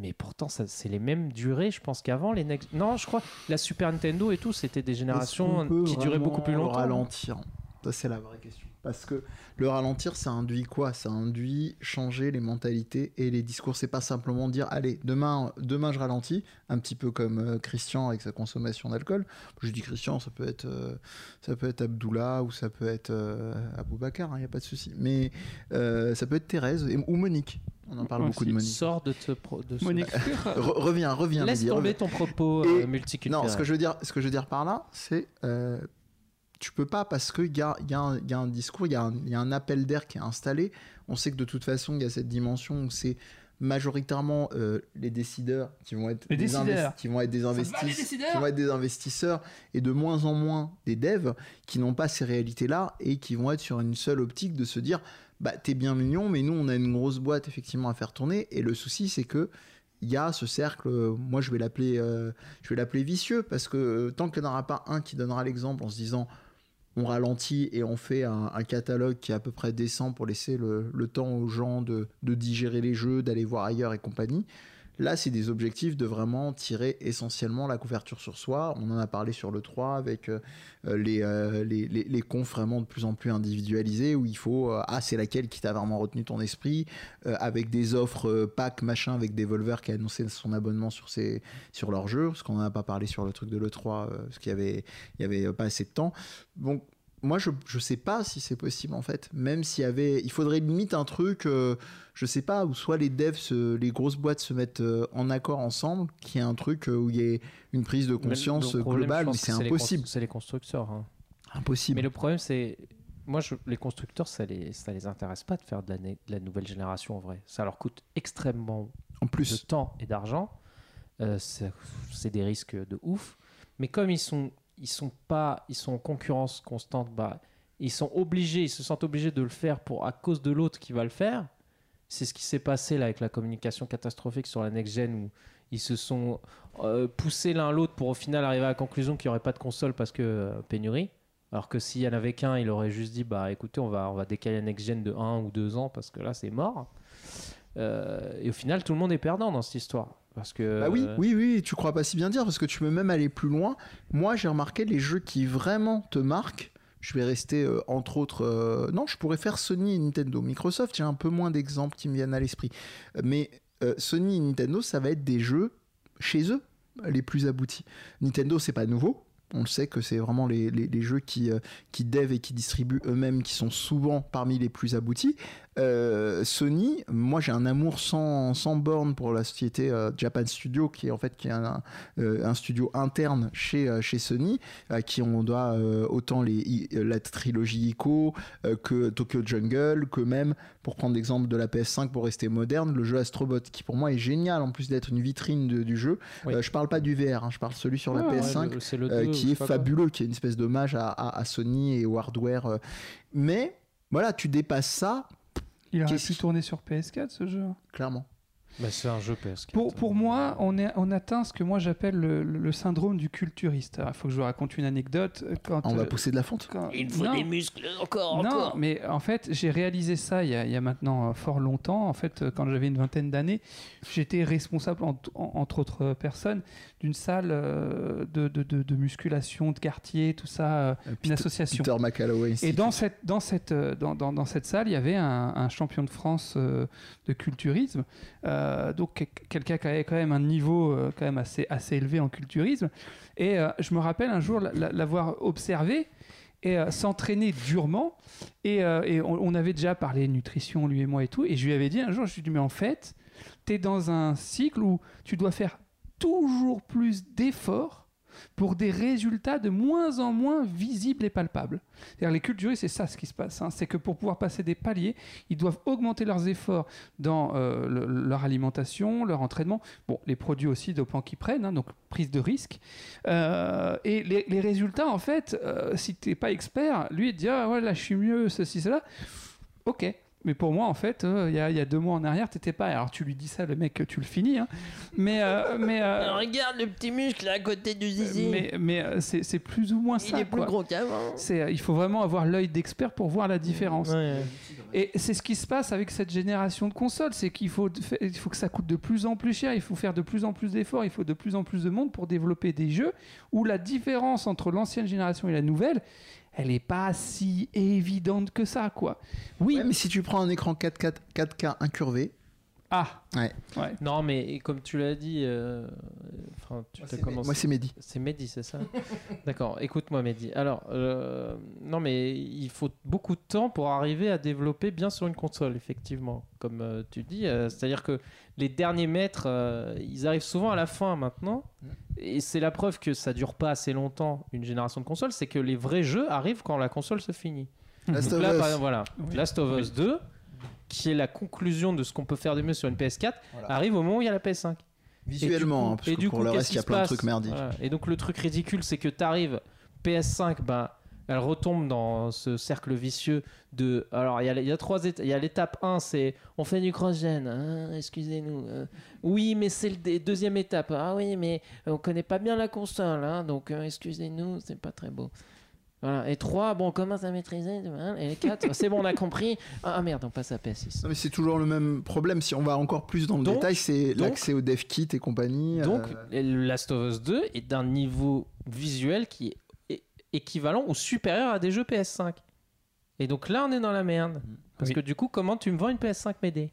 Speaker 1: Mais pourtant, ça, c'est les mêmes durées, je pense qu'avant les next. Non, je crois la Super Nintendo et tout, c'était des générations qui duraient beaucoup plus
Speaker 3: Le
Speaker 1: longtemps. hein
Speaker 3: ralentir, ça c'est la vraie question. Parce que le ralentir, ça induit quoi Ça induit changer les mentalités et les discours. C'est pas simplement dire, allez, demain, demain je ralentis, un petit peu comme euh, Christian avec sa consommation d'alcool. Je dis Christian, ça peut être, euh, ça peut être Abdullah ou ça peut être euh, Aboubacar, il n'y a pas de souci. Mais euh, ça peut être Thérèse et- ou Monique. On en parle
Speaker 2: Ouais,
Speaker 3: beaucoup
Speaker 2: si.
Speaker 3: de Monique.
Speaker 1: Sors de ce. pro- de ce-
Speaker 2: Monique Fleur,
Speaker 3: Re- reviens, reviens.
Speaker 1: Laisse
Speaker 3: Lydie, reviens.
Speaker 1: tomber ton propos
Speaker 3: Et-
Speaker 1: euh, multiculturel.
Speaker 3: Non, ce que je veux dire, ce que je veux dire par là, c'est euh, tu peux pas parce qu'il y a, y, a un- y a un discours, il y, a un- y a un appel d'air qui est installé. On sait que de toute façon, il y a cette dimension où c'est majoritairement euh, les décideurs qui vont être
Speaker 2: Les
Speaker 3: des investi-
Speaker 2: décideurs.
Speaker 3: qui vont être des investis- qui vont être des investisseurs et de moins en moins des devs qui n'ont pas ces réalités là et qui vont être sur une seule optique de se dire bah t'es bien mignon mais nous on a une grosse boîte effectivement à faire tourner et le souci c'est que il y a ce cercle, euh, moi je vais l'appeler, euh, je vais l'appeler vicieux parce que euh, tant qu'il n'y en aura pas un qui donnera l'exemple en se disant on ralentit et on fait un, un catalogue qui est à peu près décent pour laisser le, le temps aux gens de, de digérer les jeux, d'aller voir ailleurs et compagnie. Là, c'est des objectifs de vraiment tirer essentiellement la couverture sur soi. On en a parlé sur le 3 avec euh, les, euh, les, les, les confs vraiment de plus en plus individualisés où il faut, euh, ah, c'est laquelle qui t'a vraiment retenu ton esprit, euh, avec des offres euh, pack, machin, avec Devolver qui a annoncé son abonnement sur, ses, sur leur jeu, parce qu'on n'en a pas parlé sur le truc de l'E3, euh, parce qu'il y avait, il y avait euh, pas assez de temps. Donc, moi, je ne sais pas si c'est possible, en fait. Même s'il y avait... Il faudrait limite un truc, euh, je sais pas, où soit les devs, se- les grosses boîtes se mettent euh, en accord ensemble, qu'il y ait un truc euh, où il y ait une prise de conscience
Speaker 1: Le problème, je
Speaker 3: globale, mais
Speaker 1: pense que
Speaker 3: c'est
Speaker 1: les
Speaker 3: impossible.
Speaker 1: constru- C'est les constructeurs. hein.
Speaker 3: Impossible.
Speaker 1: Mais le problème, c'est. Moi, je- les constructeurs, ça les, ça les intéresse pas de faire de la, né- de la nouvelle génération en vrai. Ça leur coûte extrêmement
Speaker 3: En
Speaker 1: de
Speaker 3: plus,
Speaker 1: temps et d'argent. Euh, c'est c'est des risques de ouf. Mais comme ils sont, ils sont pas, ils sont en concurrence constante, bah, ils sont obligés, ils se sentent obligés de le faire pour à cause de l'autre qui va le faire. C'est ce qui s'est passé là avec la communication catastrophique sur la next gen où ils se sont euh, poussés l'un l'autre pour au final arriver à la conclusion qu'il n'y aurait pas de console parce que euh, pénurie. Alors que s'il y en avait qu'un, il aurait juste dit bah écoutez, on va, on va décaler la next gen de 1 ou 2 ans parce que là c'est mort. Euh, et au final, tout le monde est perdant dans cette histoire. Parce que.
Speaker 3: bah oui,
Speaker 1: euh,
Speaker 3: oui, oui, tu crois pas si bien dire, parce que tu peux même aller plus loin. Moi, j'ai remarqué les jeux qui vraiment te marquent. Je vais rester, euh, entre autres... euh, Non, je pourrais faire Sony et Nintendo. Microsoft, j'ai un peu moins d'exemples qui me viennent à l'esprit. Mais euh, Sony et Nintendo, ça va être des jeux chez eux les plus aboutis. Nintendo, c'est pas nouveau. On le sait que c'est vraiment les, les- les jeux qui, euh, qui dev et qui distribuent eux-mêmes qui sont souvent parmi les plus aboutis. Euh, Sony, moi j'ai un amour sans, sans borne pour la société euh, Japan Studio qui est en fait qui est un, un, euh, un studio interne chez, euh, chez Sony à qui on doit euh, autant les, i- la trilogie ICO euh, que Tokyo Jungle, que même pour prendre l'exemple de la PS5 pour rester moderne, le jeu Astrobot qui pour moi est génial en plus d'être une vitrine de- du jeu.
Speaker 1: Oui. Ah,
Speaker 3: Euh, je parle pas du VR, hein, je parle celui sur la
Speaker 1: ouais,
Speaker 3: PS5
Speaker 1: le- c'est le
Speaker 3: euh,
Speaker 1: deux, je
Speaker 3: qui
Speaker 1: sais
Speaker 3: est
Speaker 1: pas quoi.
Speaker 3: fabuleux, qui est une espèce d'hommage à, à- à Sony et au hardware. euh. Mais voilà, tu dépasses ça,
Speaker 2: Il aurait
Speaker 3: Qu'est-ce
Speaker 2: pu
Speaker 3: qui-
Speaker 2: tourner sur PS4 ce jeu.
Speaker 3: clairement.
Speaker 1: Bah, c'est un jeu PS4.
Speaker 2: Pour, pour moi, on, est, on atteint ce que moi j'appelle le, le syndrome du culturiste. Il faut que je vous raconte une anecdote. Quand,
Speaker 3: Ah, On
Speaker 2: euh,
Speaker 3: va pousser de la fonte.
Speaker 2: quand-
Speaker 4: Il faut
Speaker 2: Non.
Speaker 4: des muscles encore,
Speaker 2: Non,
Speaker 4: encore.
Speaker 2: mais en fait, j'ai réalisé ça il y, a, il y a maintenant euh, fort longtemps. En fait, euh, quand j'avais une vingtaine d'années, j'étais responsable, en- en- entre autres euh, personnes, d'une salle euh, de, de- de- de musculation, de quartier, tout ça, euh,
Speaker 3: Euh,
Speaker 2: une
Speaker 3: Peter,
Speaker 2: association.
Speaker 3: Peter McAlloway.
Speaker 2: Et
Speaker 3: si.
Speaker 2: dans cette, dans, cette, euh, dans, dans- dans cette salle, il y avait un, un champion de France euh, de culturisme, euh, donc quel- quelqu'un qui avait quand même un niveau euh, quand même assez, assez élevé en culturisme. Et euh, je me rappelle un jour la- la- l'avoir observé et euh, s'entraîner durement. Et, euh, et on, on avait déjà parlé nutrition, lui et moi et tout. Et je lui avais dit un jour, je lui ai dit, mais en fait, tu es dans un cycle où tu dois faire toujours plus d'efforts pour des résultats de moins en moins visibles et palpables. C'est-à-dire les culturistes, c'est ça ce qui se passe. hein. C'est que pour pouvoir passer des paliers, ils doivent augmenter leurs efforts dans euh, le- leur alimentation, leur entraînement, bon, les produits aussi dopants qu'ils prennent, hein, donc prise de risque. Euh, et les, les résultats, en fait, euh, si t'es pas expert, lui, il te dit ah ouais, là, je suis mieux, ceci, cela. Ok. Mais pour moi, en fait, euh, il y, a- il y a deux mois en arrière, t'étais pas. Alors tu lui dis ça, le mec, tu le finis. hein. Mais, euh, mais, euh,
Speaker 4: Alors, regarde le petit muscle à côté du zizi.
Speaker 2: mais, mais, euh, c'est c'est plus ou moins
Speaker 4: il
Speaker 2: ça.
Speaker 4: est plus
Speaker 2: quoi.
Speaker 4: gros qu'avant.
Speaker 2: C'est, euh, il faut vraiment avoir l'œil d'expert pour voir la différence.
Speaker 1: Ouais.
Speaker 2: Et c'est ce qui se passe avec cette génération de consoles, c'est qu'il faut, de- fa- il faut que ça coûte de plus en plus cher, il faut faire de plus en plus d'efforts, il faut de plus en plus de monde pour développer des jeux où la différence entre l'ancienne génération et la nouvelle, elle n'est pas si évidente que ça, quoi. Oui.
Speaker 3: Ouais, mais si tu prends un écran 4K, 4K incurvé,
Speaker 2: Ah.
Speaker 3: Ouais.
Speaker 1: Non, mais comme tu l'as dit, euh, enfin, tu t'as commencé.
Speaker 3: moi c'est Mehdi.
Speaker 1: C'est Mehdi, c'est ça D'accord, écoute-moi Mehdi. Alors, euh, non mais il faut beaucoup de temps pour arriver à développer bien sur une console, effectivement, comme euh,
Speaker 3: Mm.
Speaker 1: tu dis. euh, C'est-à-dire que les derniers maîtres, euh, ils arrivent souvent à la fin maintenant. Et c'est la preuve que ça dure pas assez longtemps une génération de consoles, c'est que les vrais jeux arrivent quand la console se finit.
Speaker 3: Last
Speaker 1: Donc
Speaker 3: of
Speaker 1: là, par
Speaker 3: Us.
Speaker 1: exemple, voilà,
Speaker 2: Oui.
Speaker 1: Last of Us 2, qui est la conclusion de ce qu'on peut faire de mieux sur une PS4,
Speaker 3: Voilà.
Speaker 1: arrive au moment où il y a la PS5.
Speaker 3: Visuellement, hein, parce
Speaker 1: Et
Speaker 3: que
Speaker 1: du
Speaker 3: pour
Speaker 1: coup,
Speaker 3: le
Speaker 1: qu'est-ce
Speaker 3: reste, il y a
Speaker 1: qui se
Speaker 3: plein de
Speaker 1: passe
Speaker 3: trucs merdiques.
Speaker 1: Voilà. Et donc le truc ridicule, c'est que t'arrives PS5, bah, elle retombe dans ce cercle vicieux de. Alors il y a, il y a trois étapes. Il y a l'étape 1, c'est on fait du cross-gen. hein, Excusez-nous. euh. oui, mais c'est la deuxième étape. Ah oui, mais on connaît pas bien la console, hein, donc euh, excusez-nous, c'est pas très beau. Voilà. Et 3, bon, on commence à maîtriser. hein, et 4, c'est bon, on a compris. Ah merde, on passe à PS6.
Speaker 3: Non, mais c'est toujours le même problème. Si on va encore plus dans le
Speaker 1: Donc-
Speaker 3: détail, c'est
Speaker 1: donc-
Speaker 3: l'accès au dev kit et compagnie.
Speaker 1: Donc,
Speaker 3: euh,
Speaker 1: le Last of Us 2 est d'un niveau visuel qui est é- équivalent ou supérieur à des jeux PS5. Et donc là, on est dans la merde.
Speaker 3: Mm.
Speaker 1: Parce
Speaker 2: Oui.
Speaker 1: que du coup, comment tu me vends une PS5 Médée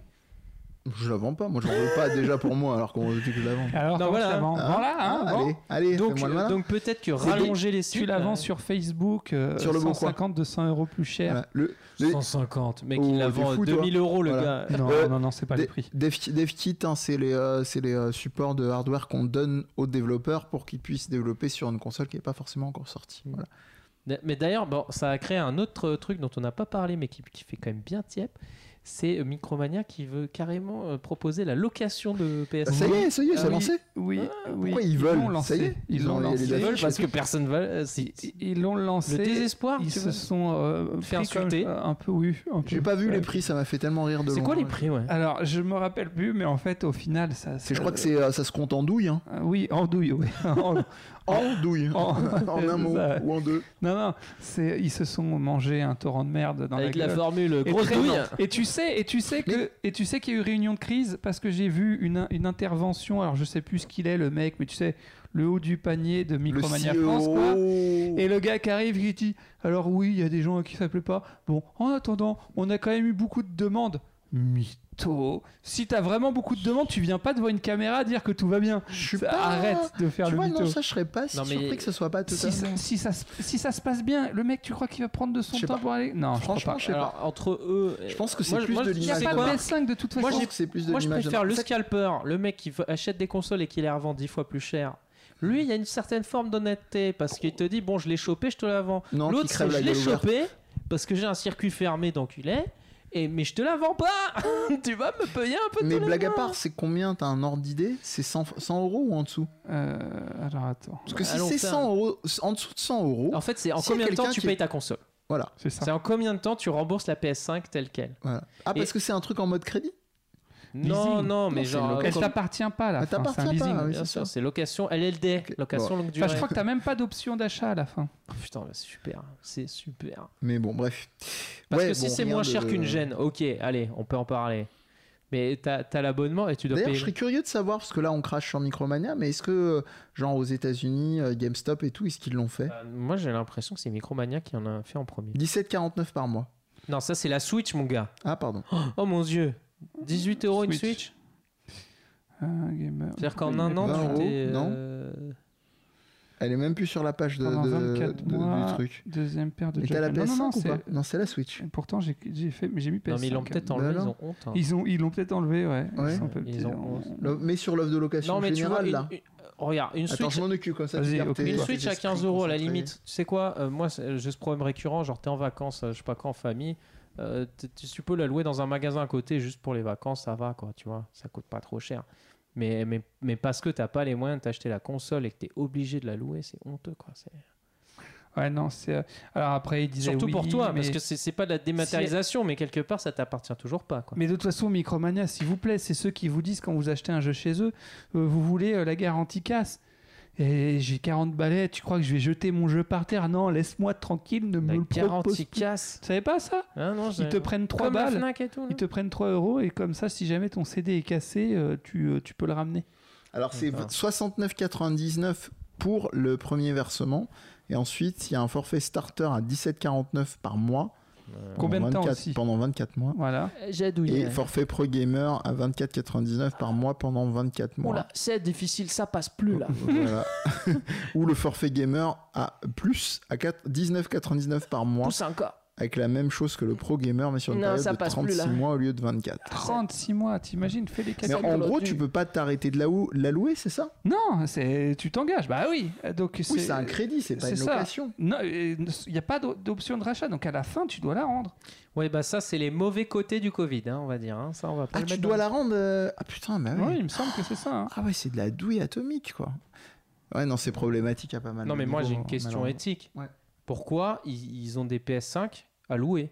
Speaker 3: je la vends pas. Moi, j'en veux pas déjà pour moi, alors qu'on veut que je la vends.
Speaker 2: Alors,
Speaker 1: Non,
Speaker 2: comment
Speaker 1: voilà.
Speaker 2: je la vends
Speaker 3: Hein
Speaker 2: Voilà, hein,
Speaker 3: Ah,
Speaker 2: vends.
Speaker 3: allez, allez,
Speaker 1: Donc,
Speaker 3: fais-moi le
Speaker 1: euh,
Speaker 3: malin.
Speaker 1: donc peut-être que
Speaker 3: C'est
Speaker 1: rallonger les suites.
Speaker 2: Tu
Speaker 1: euh,
Speaker 2: la vends sur Facebook, euh,
Speaker 3: Sur le Bon Coin.
Speaker 2: 150, 200 euros plus cher.
Speaker 3: Voilà. Le, le-
Speaker 1: 150. Mec,
Speaker 3: Oh,
Speaker 1: il la
Speaker 3: t'es
Speaker 1: vend
Speaker 3: fou,
Speaker 1: 2000 euros, le
Speaker 3: Voilà.
Speaker 1: gars.
Speaker 2: Non,
Speaker 3: Euh,
Speaker 2: non, non, c'est pas le
Speaker 3: Dev
Speaker 2: prix.
Speaker 3: dev kit, dev kit, hein, c'est les, euh, c'est les euh, supports de hardware qu'on donne aux développeurs pour qu'ils puissent développer sur une console qui n'est pas forcément encore sortie.
Speaker 1: Mm.
Speaker 3: Voilà.
Speaker 1: Mais d'ailleurs, bon, ça a créé un autre truc dont on n'a pas parlé, mais qui, qui fait quand même bien tiep. C'est euh, Micromania qui veut carrément euh, proposer la location de PS5.
Speaker 3: Ça y est, ça y est,
Speaker 2: Ah
Speaker 3: c'est
Speaker 2: oui.
Speaker 3: lancé.
Speaker 2: Oui, oui.
Speaker 3: Ah, pourquoi ils veulent
Speaker 2: l'ont
Speaker 3: Ça y
Speaker 2: lancé.
Speaker 3: est,
Speaker 2: Ils l'ont
Speaker 3: les- les
Speaker 2: lancé.
Speaker 1: Ils veulent parce
Speaker 3: affiches.
Speaker 1: que personne va. euh, si- si-
Speaker 2: Ils l'ont lancé.
Speaker 1: Le désespoir.
Speaker 2: Ils
Speaker 1: tu
Speaker 2: se
Speaker 1: vois.
Speaker 2: sont euh,
Speaker 1: Fait
Speaker 2: pris comme-
Speaker 1: insulter.
Speaker 2: euh, un peu, oui. un peu.
Speaker 3: J'ai pas vu
Speaker 2: Euh,
Speaker 3: les prix, ça m'a fait tellement rire de
Speaker 1: C'est quoi
Speaker 3: loin.
Speaker 1: les prix, ouais
Speaker 2: Alors, je me rappelle plus, mais en fait, au final, ça.
Speaker 3: C'est- Je crois que c'est, euh, ça se compte en douille. hein.
Speaker 2: Ah Oui, en douille, oui. En-
Speaker 3: En douille.
Speaker 2: en-
Speaker 3: en un mot
Speaker 2: ça.
Speaker 3: ou en deux.
Speaker 2: Non, non, c'est ils se sont mangés un torrent de merde dans
Speaker 1: Avec la
Speaker 2: la gueule.
Speaker 1: formule euh,
Speaker 2: Et
Speaker 1: grosse
Speaker 2: très
Speaker 1: douille.
Speaker 2: bien. Et tu sais, et tu sais que, et tu sais qu'il y a eu réunion de crise parce que j'ai vu une, une intervention. Alors je sais plus ce qu'il est le mec, mais tu sais, le haut du panier de
Speaker 3: Le E
Speaker 2: Micromania France. quoi.
Speaker 3: CEO.
Speaker 2: Et le gars qui arrive qui dit, alors oui, il y a des gens à qui ça plaît pas. Bon, en attendant, on a quand même eu beaucoup de demandes. Mytho. Si t'as vraiment beaucoup de demandes, tu viens pas devant une caméra dire que tout va bien.
Speaker 3: Je suis
Speaker 2: Ça-
Speaker 3: pas-
Speaker 2: Arrête de faire
Speaker 3: Tu
Speaker 2: le
Speaker 3: vois,
Speaker 2: mytho.
Speaker 3: non, ça, je serais pas si
Speaker 1: Non, mais-
Speaker 3: surpris que ce soit pas tout
Speaker 2: si, ça, si, ça, se- si ça se passe bien, le mec, tu crois qu'il va prendre de son
Speaker 3: Je sais
Speaker 2: temps
Speaker 3: pas.
Speaker 2: pour aller Non, je crois
Speaker 3: Franchement,
Speaker 2: pas.
Speaker 3: je sais
Speaker 1: Alors,
Speaker 3: pas.
Speaker 1: entre eux.
Speaker 3: Je pense que c'est
Speaker 1: moi,
Speaker 3: plus
Speaker 1: moi,
Speaker 3: de
Speaker 1: je-
Speaker 2: Il n'y a
Speaker 3: l'image
Speaker 2: pas
Speaker 3: de
Speaker 2: de
Speaker 3: marque.
Speaker 2: PS5 de toute façon.
Speaker 1: Moi,
Speaker 3: Je pense
Speaker 1: j'ai-
Speaker 3: que c'est plus de
Speaker 1: Moi, je
Speaker 3: l'image de
Speaker 1: préfère
Speaker 3: marque.
Speaker 1: le
Speaker 3: Ça-
Speaker 1: scalper, le mec qui veut- achète des consoles et qui les revend 10 fois plus cher. Lui, il y a une certaine forme d'honnêteté parce qu'il te dit Bon, je l'ai chopé, je te la vends.
Speaker 3: Non, qui
Speaker 1: L'autre,
Speaker 3: crève
Speaker 1: c'est
Speaker 3: la
Speaker 1: Je l'ai
Speaker 3: gueule ouverte.
Speaker 1: chopé parce que j'ai un circuit fermé d'enculé, et... mais je te la vends pas Tu vas me payer un peu de
Speaker 3: Mais
Speaker 1: tous les
Speaker 3: blague à
Speaker 1: mois.
Speaker 3: part, c'est combien T'as un ordre d'idée C'est 100, f- 100 euros ou en dessous
Speaker 2: Euh, alors attends.
Speaker 3: Parce que si
Speaker 1: Bah, Allons
Speaker 3: c'est
Speaker 1: faire
Speaker 3: 100 euros, en dessous de 100 euros,
Speaker 1: En fait, c'est en
Speaker 3: S'il y a
Speaker 1: combien de temps
Speaker 3: quelqu'un
Speaker 1: tu
Speaker 3: qui-
Speaker 1: payes ta console
Speaker 3: voilà.
Speaker 2: C'est ça.
Speaker 1: C'est en combien de temps tu rembourses la PS5 telle qu'elle
Speaker 3: voilà. Ah, parce
Speaker 1: Et-
Speaker 3: que c'est un truc en mode crédit
Speaker 1: Non,
Speaker 2: Leasing.
Speaker 1: non, mais
Speaker 3: Non, c'est
Speaker 1: genre.
Speaker 3: local.
Speaker 1: euh,
Speaker 2: Elle t'appartient pas à la
Speaker 3: Elle
Speaker 2: fin. C'est un
Speaker 3: t'appartient pas,
Speaker 2: leasing.
Speaker 3: oui,
Speaker 1: Bien
Speaker 3: c'est
Speaker 1: sûr,
Speaker 3: ça.
Speaker 1: c'est location LLD,
Speaker 3: Ok,
Speaker 1: location longue durée.
Speaker 2: Enfin, je crois que t'as même pas d'option d'achat à la fin.
Speaker 1: Oh, Putain, bah, c'est super, c'est super.
Speaker 3: Mais bon, bref.
Speaker 1: Parce
Speaker 3: Ouais,
Speaker 1: que si
Speaker 3: bon,
Speaker 1: c'est
Speaker 3: rien
Speaker 1: moins
Speaker 3: de-
Speaker 1: cher qu'une gêne, ok, allez, on peut en parler. Mais t'as as, l'abonnement et tu dois
Speaker 3: D'ailleurs,
Speaker 1: payer.
Speaker 3: je serais curieux de savoir, parce que là, on crache sur Micromania, mais est-ce que, euh, genre, aux États-Unis, euh, GameStop et tout, est-ce qu'ils l'ont fait
Speaker 1: Euh, moi, j'ai l'impression que c'est Micromania qui en a fait en premier.
Speaker 3: 17,49 par mois.
Speaker 1: Non, ça, c'est la Switch, mon gars.
Speaker 3: Ah, pardon.
Speaker 1: Oh mon dieu, 18 euros une
Speaker 2: Switch.
Speaker 1: Switch
Speaker 2: Un Euh, gamer.
Speaker 1: C'est-à-dire qu'en un an,
Speaker 3: 20
Speaker 1: tu
Speaker 3: euros,
Speaker 1: t'es.
Speaker 3: non
Speaker 1: euh,
Speaker 3: Elle est même plus sur la page de,
Speaker 2: Pendant
Speaker 3: de-
Speaker 2: 24
Speaker 3: de-
Speaker 2: mois,
Speaker 3: du truc.
Speaker 2: Deuxième paire de
Speaker 3: Mais t'as la
Speaker 2: Joy-Con.
Speaker 3: PS5
Speaker 2: Non, non, non,
Speaker 3: ou
Speaker 2: c'est-
Speaker 3: pas Non, c'est la Switch.
Speaker 2: Et Pourtant, j'ai j'ai fait, mais j'ai mis PS5.
Speaker 1: Non, mais ils l'ont peut-être
Speaker 2: hein.
Speaker 1: enlevé,
Speaker 3: Bah non.
Speaker 1: ils ont honte. hein.
Speaker 2: Ils ont, ils l'ont peut-être enlevé, ouais.
Speaker 3: Ouais.
Speaker 2: sont un peu
Speaker 1: Ils
Speaker 2: petits,
Speaker 1: ont-
Speaker 2: hein.
Speaker 3: Le- Mais sur l'offre de location
Speaker 1: Non, mais tu vois,
Speaker 3: générale,
Speaker 1: une-
Speaker 3: là.
Speaker 1: une- euh, regarde, une
Speaker 3: Attends,
Speaker 1: Switch.
Speaker 3: je m'en occupe comme ça.
Speaker 2: Vas-y,
Speaker 3: tu gardes
Speaker 2: occupe-toi.
Speaker 3: tes-
Speaker 1: Une
Speaker 2: Ouais.
Speaker 1: Switch
Speaker 3: tes
Speaker 1: à
Speaker 3: esprits
Speaker 1: 15 euros à la
Speaker 3: concentrés.
Speaker 1: limite. Tu sais quoi euh, Moi, c'est- j'ai ce problème récurrent. Genre, t'es en vacances, euh, je sais pas quand, en famille. euh, t- tu tu peux la louer dans un magasin à côté juste pour les vacances, ça va quoi, tu vois. Ça coûte pas trop cher. Mais, mais, mais parce que t'as pas les moyens de t'acheter la console et que t'es obligé de la louer, c'est honteux quoi. C'est-
Speaker 2: Ouais, non, c'est. euh, Alors après, ils disaient.
Speaker 1: Surtout
Speaker 2: oui,
Speaker 1: pour toi,
Speaker 2: mais...
Speaker 1: parce que c'est c'est pas de la dématérialisation, mais quelque part ça t'appartient toujours pas quoi.
Speaker 2: Mais de toute façon, Micromania, s'il vous plaît, c'est ceux qui vous disent quand vous achetez un jeu chez eux, euh, vous voulez euh, la garantie casse. Et j'ai 40 balais, tu crois que je vais jeter mon jeu par terre Non, laisse-moi tranquille, ne me
Speaker 1: La
Speaker 2: le propose
Speaker 1: garantie
Speaker 2: plus.
Speaker 1: casse.
Speaker 2: Tu savais pas ça
Speaker 1: Hein, non,
Speaker 2: Ils
Speaker 1: j'ai-
Speaker 2: te prennent 3
Speaker 1: Comme la
Speaker 2: balles,
Speaker 1: Fnac et tout,
Speaker 2: ils
Speaker 1: non
Speaker 2: te prennent 3 euros, et comme ça, si jamais ton CD est cassé, euh, tu, euh, tu peux le ramener.
Speaker 3: Alors c'est
Speaker 1: D'accord.
Speaker 3: 69,99 pour le premier versement. Et ensuite, il y a un forfait starter à 17,49 par mois. pendant
Speaker 2: Combien de temps
Speaker 3: 24
Speaker 2: aussi
Speaker 3: Pendant 24 mois.
Speaker 2: Voilà.
Speaker 1: Euh, J'adouille.
Speaker 3: Et
Speaker 1: ouais.
Speaker 3: forfait pro gamer à 24,99 par mois pendant 24 mois. euh,
Speaker 1: Oula, c'est difficile, ça passe plus là.
Speaker 3: Voilà. Ou le forfait gamer à plus à 4 19,99 par mois
Speaker 4: Pousse encore.
Speaker 3: avec la même chose que le pro gamer, mais sur une
Speaker 5: Non,
Speaker 3: période
Speaker 5: ça
Speaker 3: de
Speaker 5: passe plus,
Speaker 3: 36
Speaker 5: là.
Speaker 3: mois au lieu de 24.
Speaker 2: 36 mois, t'imagines, fais des
Speaker 3: Mais
Speaker 2: cassettes.
Speaker 3: en gros,
Speaker 2: aujourd'hui.
Speaker 3: tu peux pas t'arrêter de la ou- la louer, c'est ça
Speaker 2: Non, c'est tu t'engages. Bah oui. Donc
Speaker 3: Oui, c'est un crédit, c'est pas
Speaker 2: c'est
Speaker 3: une
Speaker 2: ça.
Speaker 3: location.
Speaker 2: Non, il n'y a pas d'o- d'option de rachat, donc à la fin, tu dois la rendre.
Speaker 1: Ouais, bah ça, c'est les mauvais côtés du Covid, hein, on va dire. hein. Ça, on va pas
Speaker 3: Ah,
Speaker 1: le
Speaker 3: tu
Speaker 1: mettre
Speaker 3: dois
Speaker 1: dans-
Speaker 3: la rendre euh, Ah putain, bah oui.
Speaker 2: Oui, il me semble que c'est ça. hein.
Speaker 3: Ah ouais, c'est de la douille atomique, quoi. Ouais, non, c'est problématique à pas mal
Speaker 1: Non,
Speaker 3: de
Speaker 1: mais moi,
Speaker 3: niveaux, hein,
Speaker 1: j'ai une question
Speaker 3: malheureusement.
Speaker 1: éthique.
Speaker 3: Ouais.
Speaker 1: Pourquoi ils, ils ont des PS5 à louer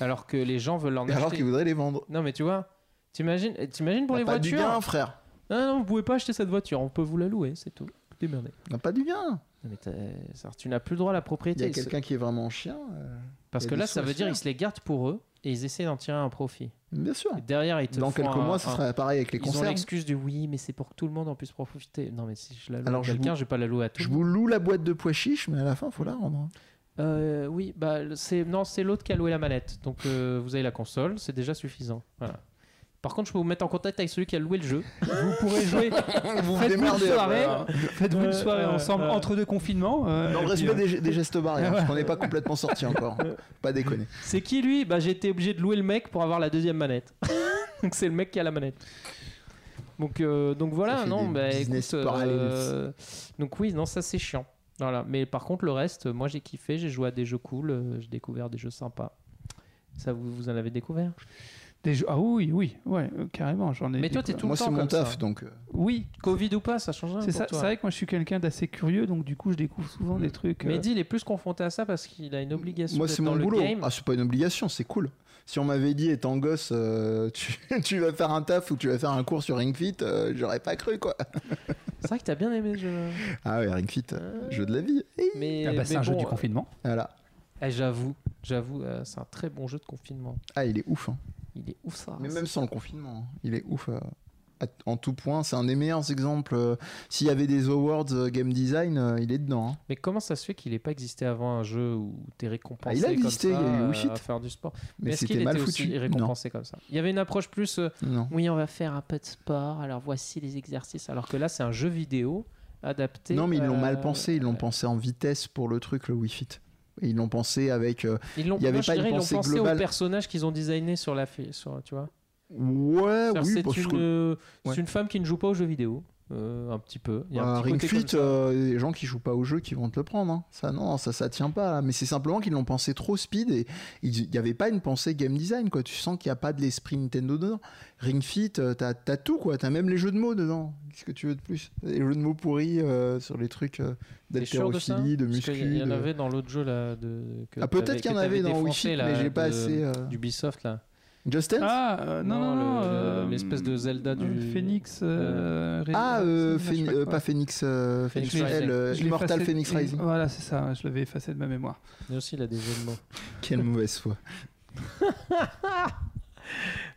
Speaker 1: alors que les gens veulent en
Speaker 3: Alors
Speaker 1: acheter
Speaker 3: qu'ils voudraient les vendre.
Speaker 1: Non, mais tu vois, t'imagines eh, t'imagines pour
Speaker 3: On
Speaker 1: les
Speaker 3: n'a pas du
Speaker 1: voitures
Speaker 3: gain, frère.
Speaker 1: Non, non, vous pouvez pas acheter cette voiture, on peut vous la louer, c'est tout. Démerdez.
Speaker 3: On n'a pas du gain.
Speaker 1: Non, mais t'as- ça, tu n'as plus le droit à la
Speaker 3: Il y a
Speaker 1: propriété.
Speaker 3: quelqu'un qui est vraiment chien. euh,
Speaker 1: Parce
Speaker 3: il y a
Speaker 1: que
Speaker 3: des
Speaker 1: là,
Speaker 3: sous
Speaker 1: ça
Speaker 3: à
Speaker 1: veut
Speaker 3: se
Speaker 1: dire
Speaker 3: faire.
Speaker 1: ils se les gardent pour eux et ils essaient d'en tirer un profit.
Speaker 3: Bien sûr.
Speaker 1: Et derrière, ils te
Speaker 3: Ah. Dans
Speaker 1: font
Speaker 3: quelques
Speaker 1: un-
Speaker 3: mois, ce
Speaker 1: un-
Speaker 3: sera pareil avec les
Speaker 1: Ils ont
Speaker 3: concerts.
Speaker 1: l'excuse du oui, mais c'est pour que tout le monde en puisse profiter. Non, mais si je la loue
Speaker 3: Alors,
Speaker 1: à
Speaker 3: je
Speaker 1: quelqu'un,
Speaker 3: vous-
Speaker 1: je vais pas la louer à tout
Speaker 3: Je
Speaker 1: le monde.
Speaker 3: vous loue la boîte de pois chiches, mais à la fin, faut la rendre. hein.
Speaker 1: Euh, oui, bah, le- c'est non, c'est l'autre qui a loué la manette. Donc euh, vous avez la console, c'est déjà suffisant. Voilà. Par contre, je peux vous mettre en contact avec celui qui a loué le jeu. Vous pourrez jouer.
Speaker 3: vous
Speaker 1: Faites-vous une
Speaker 3: démerdez,
Speaker 1: soirée.
Speaker 3: voilà.
Speaker 2: Faites-vous une
Speaker 1: Euh,
Speaker 2: soirée
Speaker 1: euh,
Speaker 2: ensemble
Speaker 1: euh.
Speaker 2: entre deux confinements. euh,
Speaker 3: Dans
Speaker 2: et
Speaker 3: le
Speaker 2: puis,
Speaker 3: respect
Speaker 2: euh,
Speaker 3: des, des gestes
Speaker 1: Ah
Speaker 3: barrières, parce qu'on n'est pas complètement sorti encore. Pas déconner.
Speaker 1: C'est qui lui Bah j'étais obligé de louer le mec pour avoir la deuxième manette. donc c'est le mec qui a la manette. Donc euh, donc
Speaker 3: Ça
Speaker 1: voilà,
Speaker 3: fait
Speaker 1: non,
Speaker 3: des
Speaker 1: bah,
Speaker 3: business
Speaker 1: écoute, euh,
Speaker 3: parallels.
Speaker 1: donc oui, non, ça c'est chiant. Voilà, mais par contre le reste, moi j'ai kiffé, j'ai joué à des jeux cool, euh, j'ai découvert des jeux sympas. Ça vous, vous en avez découvert
Speaker 2: des jeux- Ah oui, oui, ouais, euh, carrément. J'en ai.
Speaker 1: Mais toi
Speaker 2: des-
Speaker 1: t'es tout
Speaker 3: Moi,
Speaker 1: le temps
Speaker 3: c'est mon
Speaker 1: comme
Speaker 3: taf,
Speaker 1: ça.
Speaker 3: donc. euh,
Speaker 2: Oui,
Speaker 1: Covid ou pas, ça change rien
Speaker 2: c'est
Speaker 1: pour
Speaker 2: ça. C'est
Speaker 1: toi.
Speaker 2: vrai que moi, je suis quelqu'un d'assez curieux, donc du coup, je découvre souvent des trucs. euh,
Speaker 1: Mehdi il est plus confronté à ça parce qu'il a une obligation
Speaker 3: Moi,
Speaker 1: d'être
Speaker 3: c'est
Speaker 1: dans
Speaker 3: mon
Speaker 1: le
Speaker 3: boulot.
Speaker 1: game.
Speaker 3: Ah, c'est pas une obligation, c'est cool. Si on m'avait dit, étant gosse, euh, tu, tu vas faire un taf ou tu vas faire un cours sur Ring Fit, euh, j'aurais pas cru, quoi.
Speaker 1: C'est vrai que t'as bien aimé le jeu.
Speaker 3: Ah ouais, Ring Fit, euh, jeu de la vie.
Speaker 1: Mais,
Speaker 2: ah bah, c'est
Speaker 1: mais
Speaker 2: un jeu
Speaker 1: bon, euh,
Speaker 2: du confinement.
Speaker 3: Voilà.
Speaker 1: eh, j'avoue, j'avoue, euh, c'est un très bon jeu de confinement.
Speaker 3: Ah, il est ouf. hein.
Speaker 1: Il est ouf ça.
Speaker 3: Mais même sans le confinement, hein, il est ouf. euh, à- En tout point, c'est un des meilleurs exemples. euh, S'il y avait des awards euh, game design, euh, il est dedans. hein.
Speaker 1: Mais comment ça se fait qu'il n'ait pas existé avant un jeu où t'es récompensé
Speaker 3: Ah, il a
Speaker 1: comme
Speaker 3: existé,
Speaker 1: ça,
Speaker 3: il y a eu
Speaker 1: euh,
Speaker 3: Wii Fit.
Speaker 1: à faire du sport
Speaker 3: Mais,
Speaker 1: est-ce qu'il
Speaker 3: c'était
Speaker 1: était
Speaker 3: mal
Speaker 1: aussi
Speaker 3: foutu. Non,
Speaker 1: récompensé comme ça Il y avait une approche plus euh,
Speaker 3: non.
Speaker 1: oui, on va faire un peu de sport, alors voici les exercices. Alors que là, c'est un jeu vidéo adapté.
Speaker 3: Non, mais ils l'ont
Speaker 1: euh,
Speaker 3: mal pensé. Ils l'ont
Speaker 1: euh,
Speaker 3: pensé en vitesse pour le truc, le Wii Fit. Et Ils l'ont pensé avec. euh,
Speaker 1: Ils l'ont
Speaker 3: Il y avait
Speaker 1: moi, je
Speaker 3: pas une
Speaker 1: dirais, ils l'ont
Speaker 3: pensée
Speaker 1: pensé
Speaker 3: globale.
Speaker 1: aux personnages qu'ils ont designé sur la fi- sur tu vois.
Speaker 3: Ouais,
Speaker 1: C'est-à-dire,
Speaker 3: Ah oui,
Speaker 1: c'est
Speaker 3: parce
Speaker 1: une
Speaker 3: que.
Speaker 1: euh, c'est
Speaker 3: Ouais.
Speaker 1: une femme qui ne joue pas aux jeux vidéo. euh, un petit peu. Il y a
Speaker 3: Euh,
Speaker 1: un petit
Speaker 3: Ring
Speaker 1: côté comme
Speaker 3: Fit,
Speaker 1: ça.
Speaker 3: euh, il y a des gens qui jouent pas au jeu qui vont te le prendre. hein. Ça, non, ça, ça tient pas. là. Mais c'est simplement qu'ils l'ont pensé trop speed et il n'y avait pas une pensée game design. Quoi. Tu sens qu'il n'y a pas de l'esprit Nintendo dedans. Ring Fit, euh, t'as as tout. quoi. T'as même les jeux de mots dedans. Qu'est-ce que tu veux de plus Les jeux de mots pourris euh, sur les trucs euh,
Speaker 1: T'es sûr de ça
Speaker 3: d'haltérophilie, de,
Speaker 1: Parce
Speaker 3: muscu.
Speaker 1: qu'il y- Il y en
Speaker 3: de-
Speaker 1: avait dans l'autre jeu là. De, que
Speaker 3: Ah,
Speaker 1: t'avais-
Speaker 3: peut-être qu'il y
Speaker 1: que
Speaker 3: en avait
Speaker 1: t'avais
Speaker 3: dans Wii
Speaker 1: défoncé,
Speaker 3: Fit,
Speaker 1: là,
Speaker 3: mais j'ai pas
Speaker 1: de-
Speaker 3: assez. euh,
Speaker 1: d'Ubisoft là.
Speaker 3: Just Dance
Speaker 2: Ah euh, non
Speaker 1: Non,
Speaker 2: non non.
Speaker 1: le-
Speaker 2: euh,
Speaker 1: l'espèce de Zelda du-
Speaker 2: Phoenix. euh,
Speaker 3: Ah, euh,
Speaker 2: Rising,
Speaker 3: Phoenix-
Speaker 2: je sais pas
Speaker 3: euh,
Speaker 2: quoi.
Speaker 3: pas Phoenix, euh,
Speaker 1: Phoenix
Speaker 3: Phoenix
Speaker 1: Rising.
Speaker 3: L, euh,
Speaker 2: Je l'ai
Speaker 3: Immortal
Speaker 2: effacé-
Speaker 3: Phoenix
Speaker 2: et-
Speaker 1: Oh.
Speaker 3: Rising.
Speaker 2: Voilà, c'est ça, je l'avais effacé de ma mémoire.
Speaker 1: Mais aussi, il a des jeux de mots.
Speaker 3: Quelle mauvaise foi.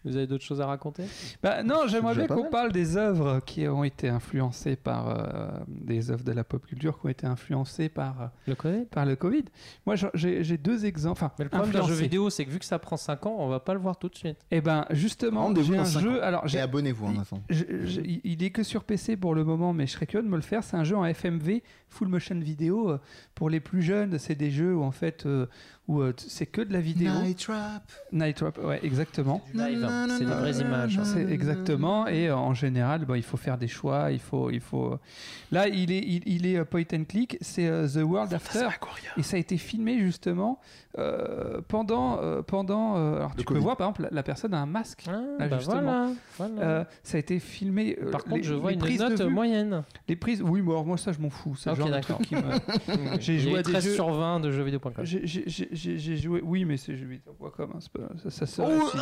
Speaker 1: Vous avez d'autres choses à raconter
Speaker 2: Bah, non, j'aimerais
Speaker 3: déjà
Speaker 2: bien
Speaker 3: pas
Speaker 2: qu'on
Speaker 3: mal.
Speaker 2: parle des œuvres qui ont été influencées par euh, des œuvres de la pop culture qui ont été influencées par, euh,
Speaker 1: Je le connais.
Speaker 2: par le Covid. Moi, j'en- j'ai j'ai deux exemples. Enfin,
Speaker 1: Mais le problème d'un jeu
Speaker 2: influencées.
Speaker 1: vidéo, c'est que vu que ça prend 5 ans, on va pas le voir tout de suite.
Speaker 2: Eh ben, justement,
Speaker 3: Rendez-vous
Speaker 2: j'ai
Speaker 3: dans
Speaker 2: un
Speaker 3: cinq
Speaker 2: jeu. Alors,
Speaker 3: Et
Speaker 2: j'ai
Speaker 3: abonnez-vous en attendant.
Speaker 2: je- je- il est que sur PC pour le moment, mais je serais curieux de me le faire. C'est un jeu en FMV, full motion vidéo. euh, Pour les plus jeunes, c'est des jeux où en fait, euh, où euh, t- c'est que de la vidéo.
Speaker 3: Night Trap.
Speaker 2: Night Trap, ouais, exactement.
Speaker 1: live, hein. C'est des vraies images, hein.
Speaker 2: C'est exactement. Et euh, en général, bon, il faut faire des choix. Il faut, il faut. euh, Là, il est, il, il est euh, point and click. C'est euh, The World After. Et ça a été filmé justement euh, pendant, euh, pendant. euh, alors,
Speaker 3: Le
Speaker 2: tu
Speaker 3: Covid.
Speaker 2: peux voir par exemple, la, la personne a un masque.
Speaker 1: Ah,
Speaker 2: Ah,
Speaker 1: bah
Speaker 2: justement.
Speaker 1: voilà, voilà.
Speaker 2: Euh, ça a été filmé. euh,
Speaker 1: Par contre,
Speaker 2: les-
Speaker 1: je vois
Speaker 2: les
Speaker 1: une
Speaker 2: prises de
Speaker 1: note
Speaker 2: vue-
Speaker 1: moyenne.
Speaker 2: Les prises. Oui, moi, moi ça, je m'en fous. C'est le
Speaker 1: Ok,
Speaker 2: genre de
Speaker 1: d'accord.
Speaker 2: truc qui me- J'ai
Speaker 1: Il y
Speaker 2: joué
Speaker 1: a eu
Speaker 2: à des
Speaker 1: 13
Speaker 2: jeux-
Speaker 1: sur 20 de jeuxvideo.com.
Speaker 2: J'ai- j'ai- J'ai j'ai- j'ai joué. Oui, mais c'est jeux vidéo. quoi, comme, hein, c'est pas- ça, ça sert à la
Speaker 4: Oh,
Speaker 2: suite.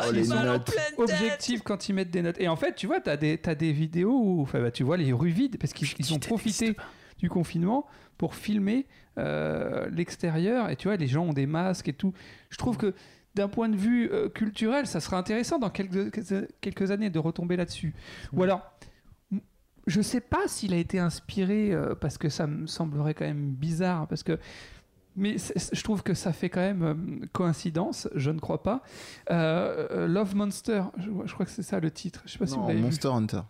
Speaker 3: Oh, les
Speaker 4: les en
Speaker 3: notes.
Speaker 4: pleine tête.
Speaker 2: objectif quand ils mettent des notes. Et en fait, tu vois, tu as, as des vidéos où enfin, bah, tu vois les rues vides parce qu'ils ils ont profité du confinement pour filmer euh, l'extérieur. Et tu vois, les gens ont des masques et tout. Je trouve que d'un point de vue euh, culturel, ça sera intéressant dans quelques, quelques années de retomber là-dessus. Ou alors. m- Je sais pas s'il a été inspiré euh, parce que ça me semblerait quand même bizarre parce que mais c'est- c'est- je trouve que ça fait quand même euh, coïncidence, je ne crois pas. Euh, euh, Love Monster, je, je crois que c'est ça le titre. Je sais pas si vous
Speaker 3: Non,
Speaker 2: l'avez vu.
Speaker 3: Monster Hunter.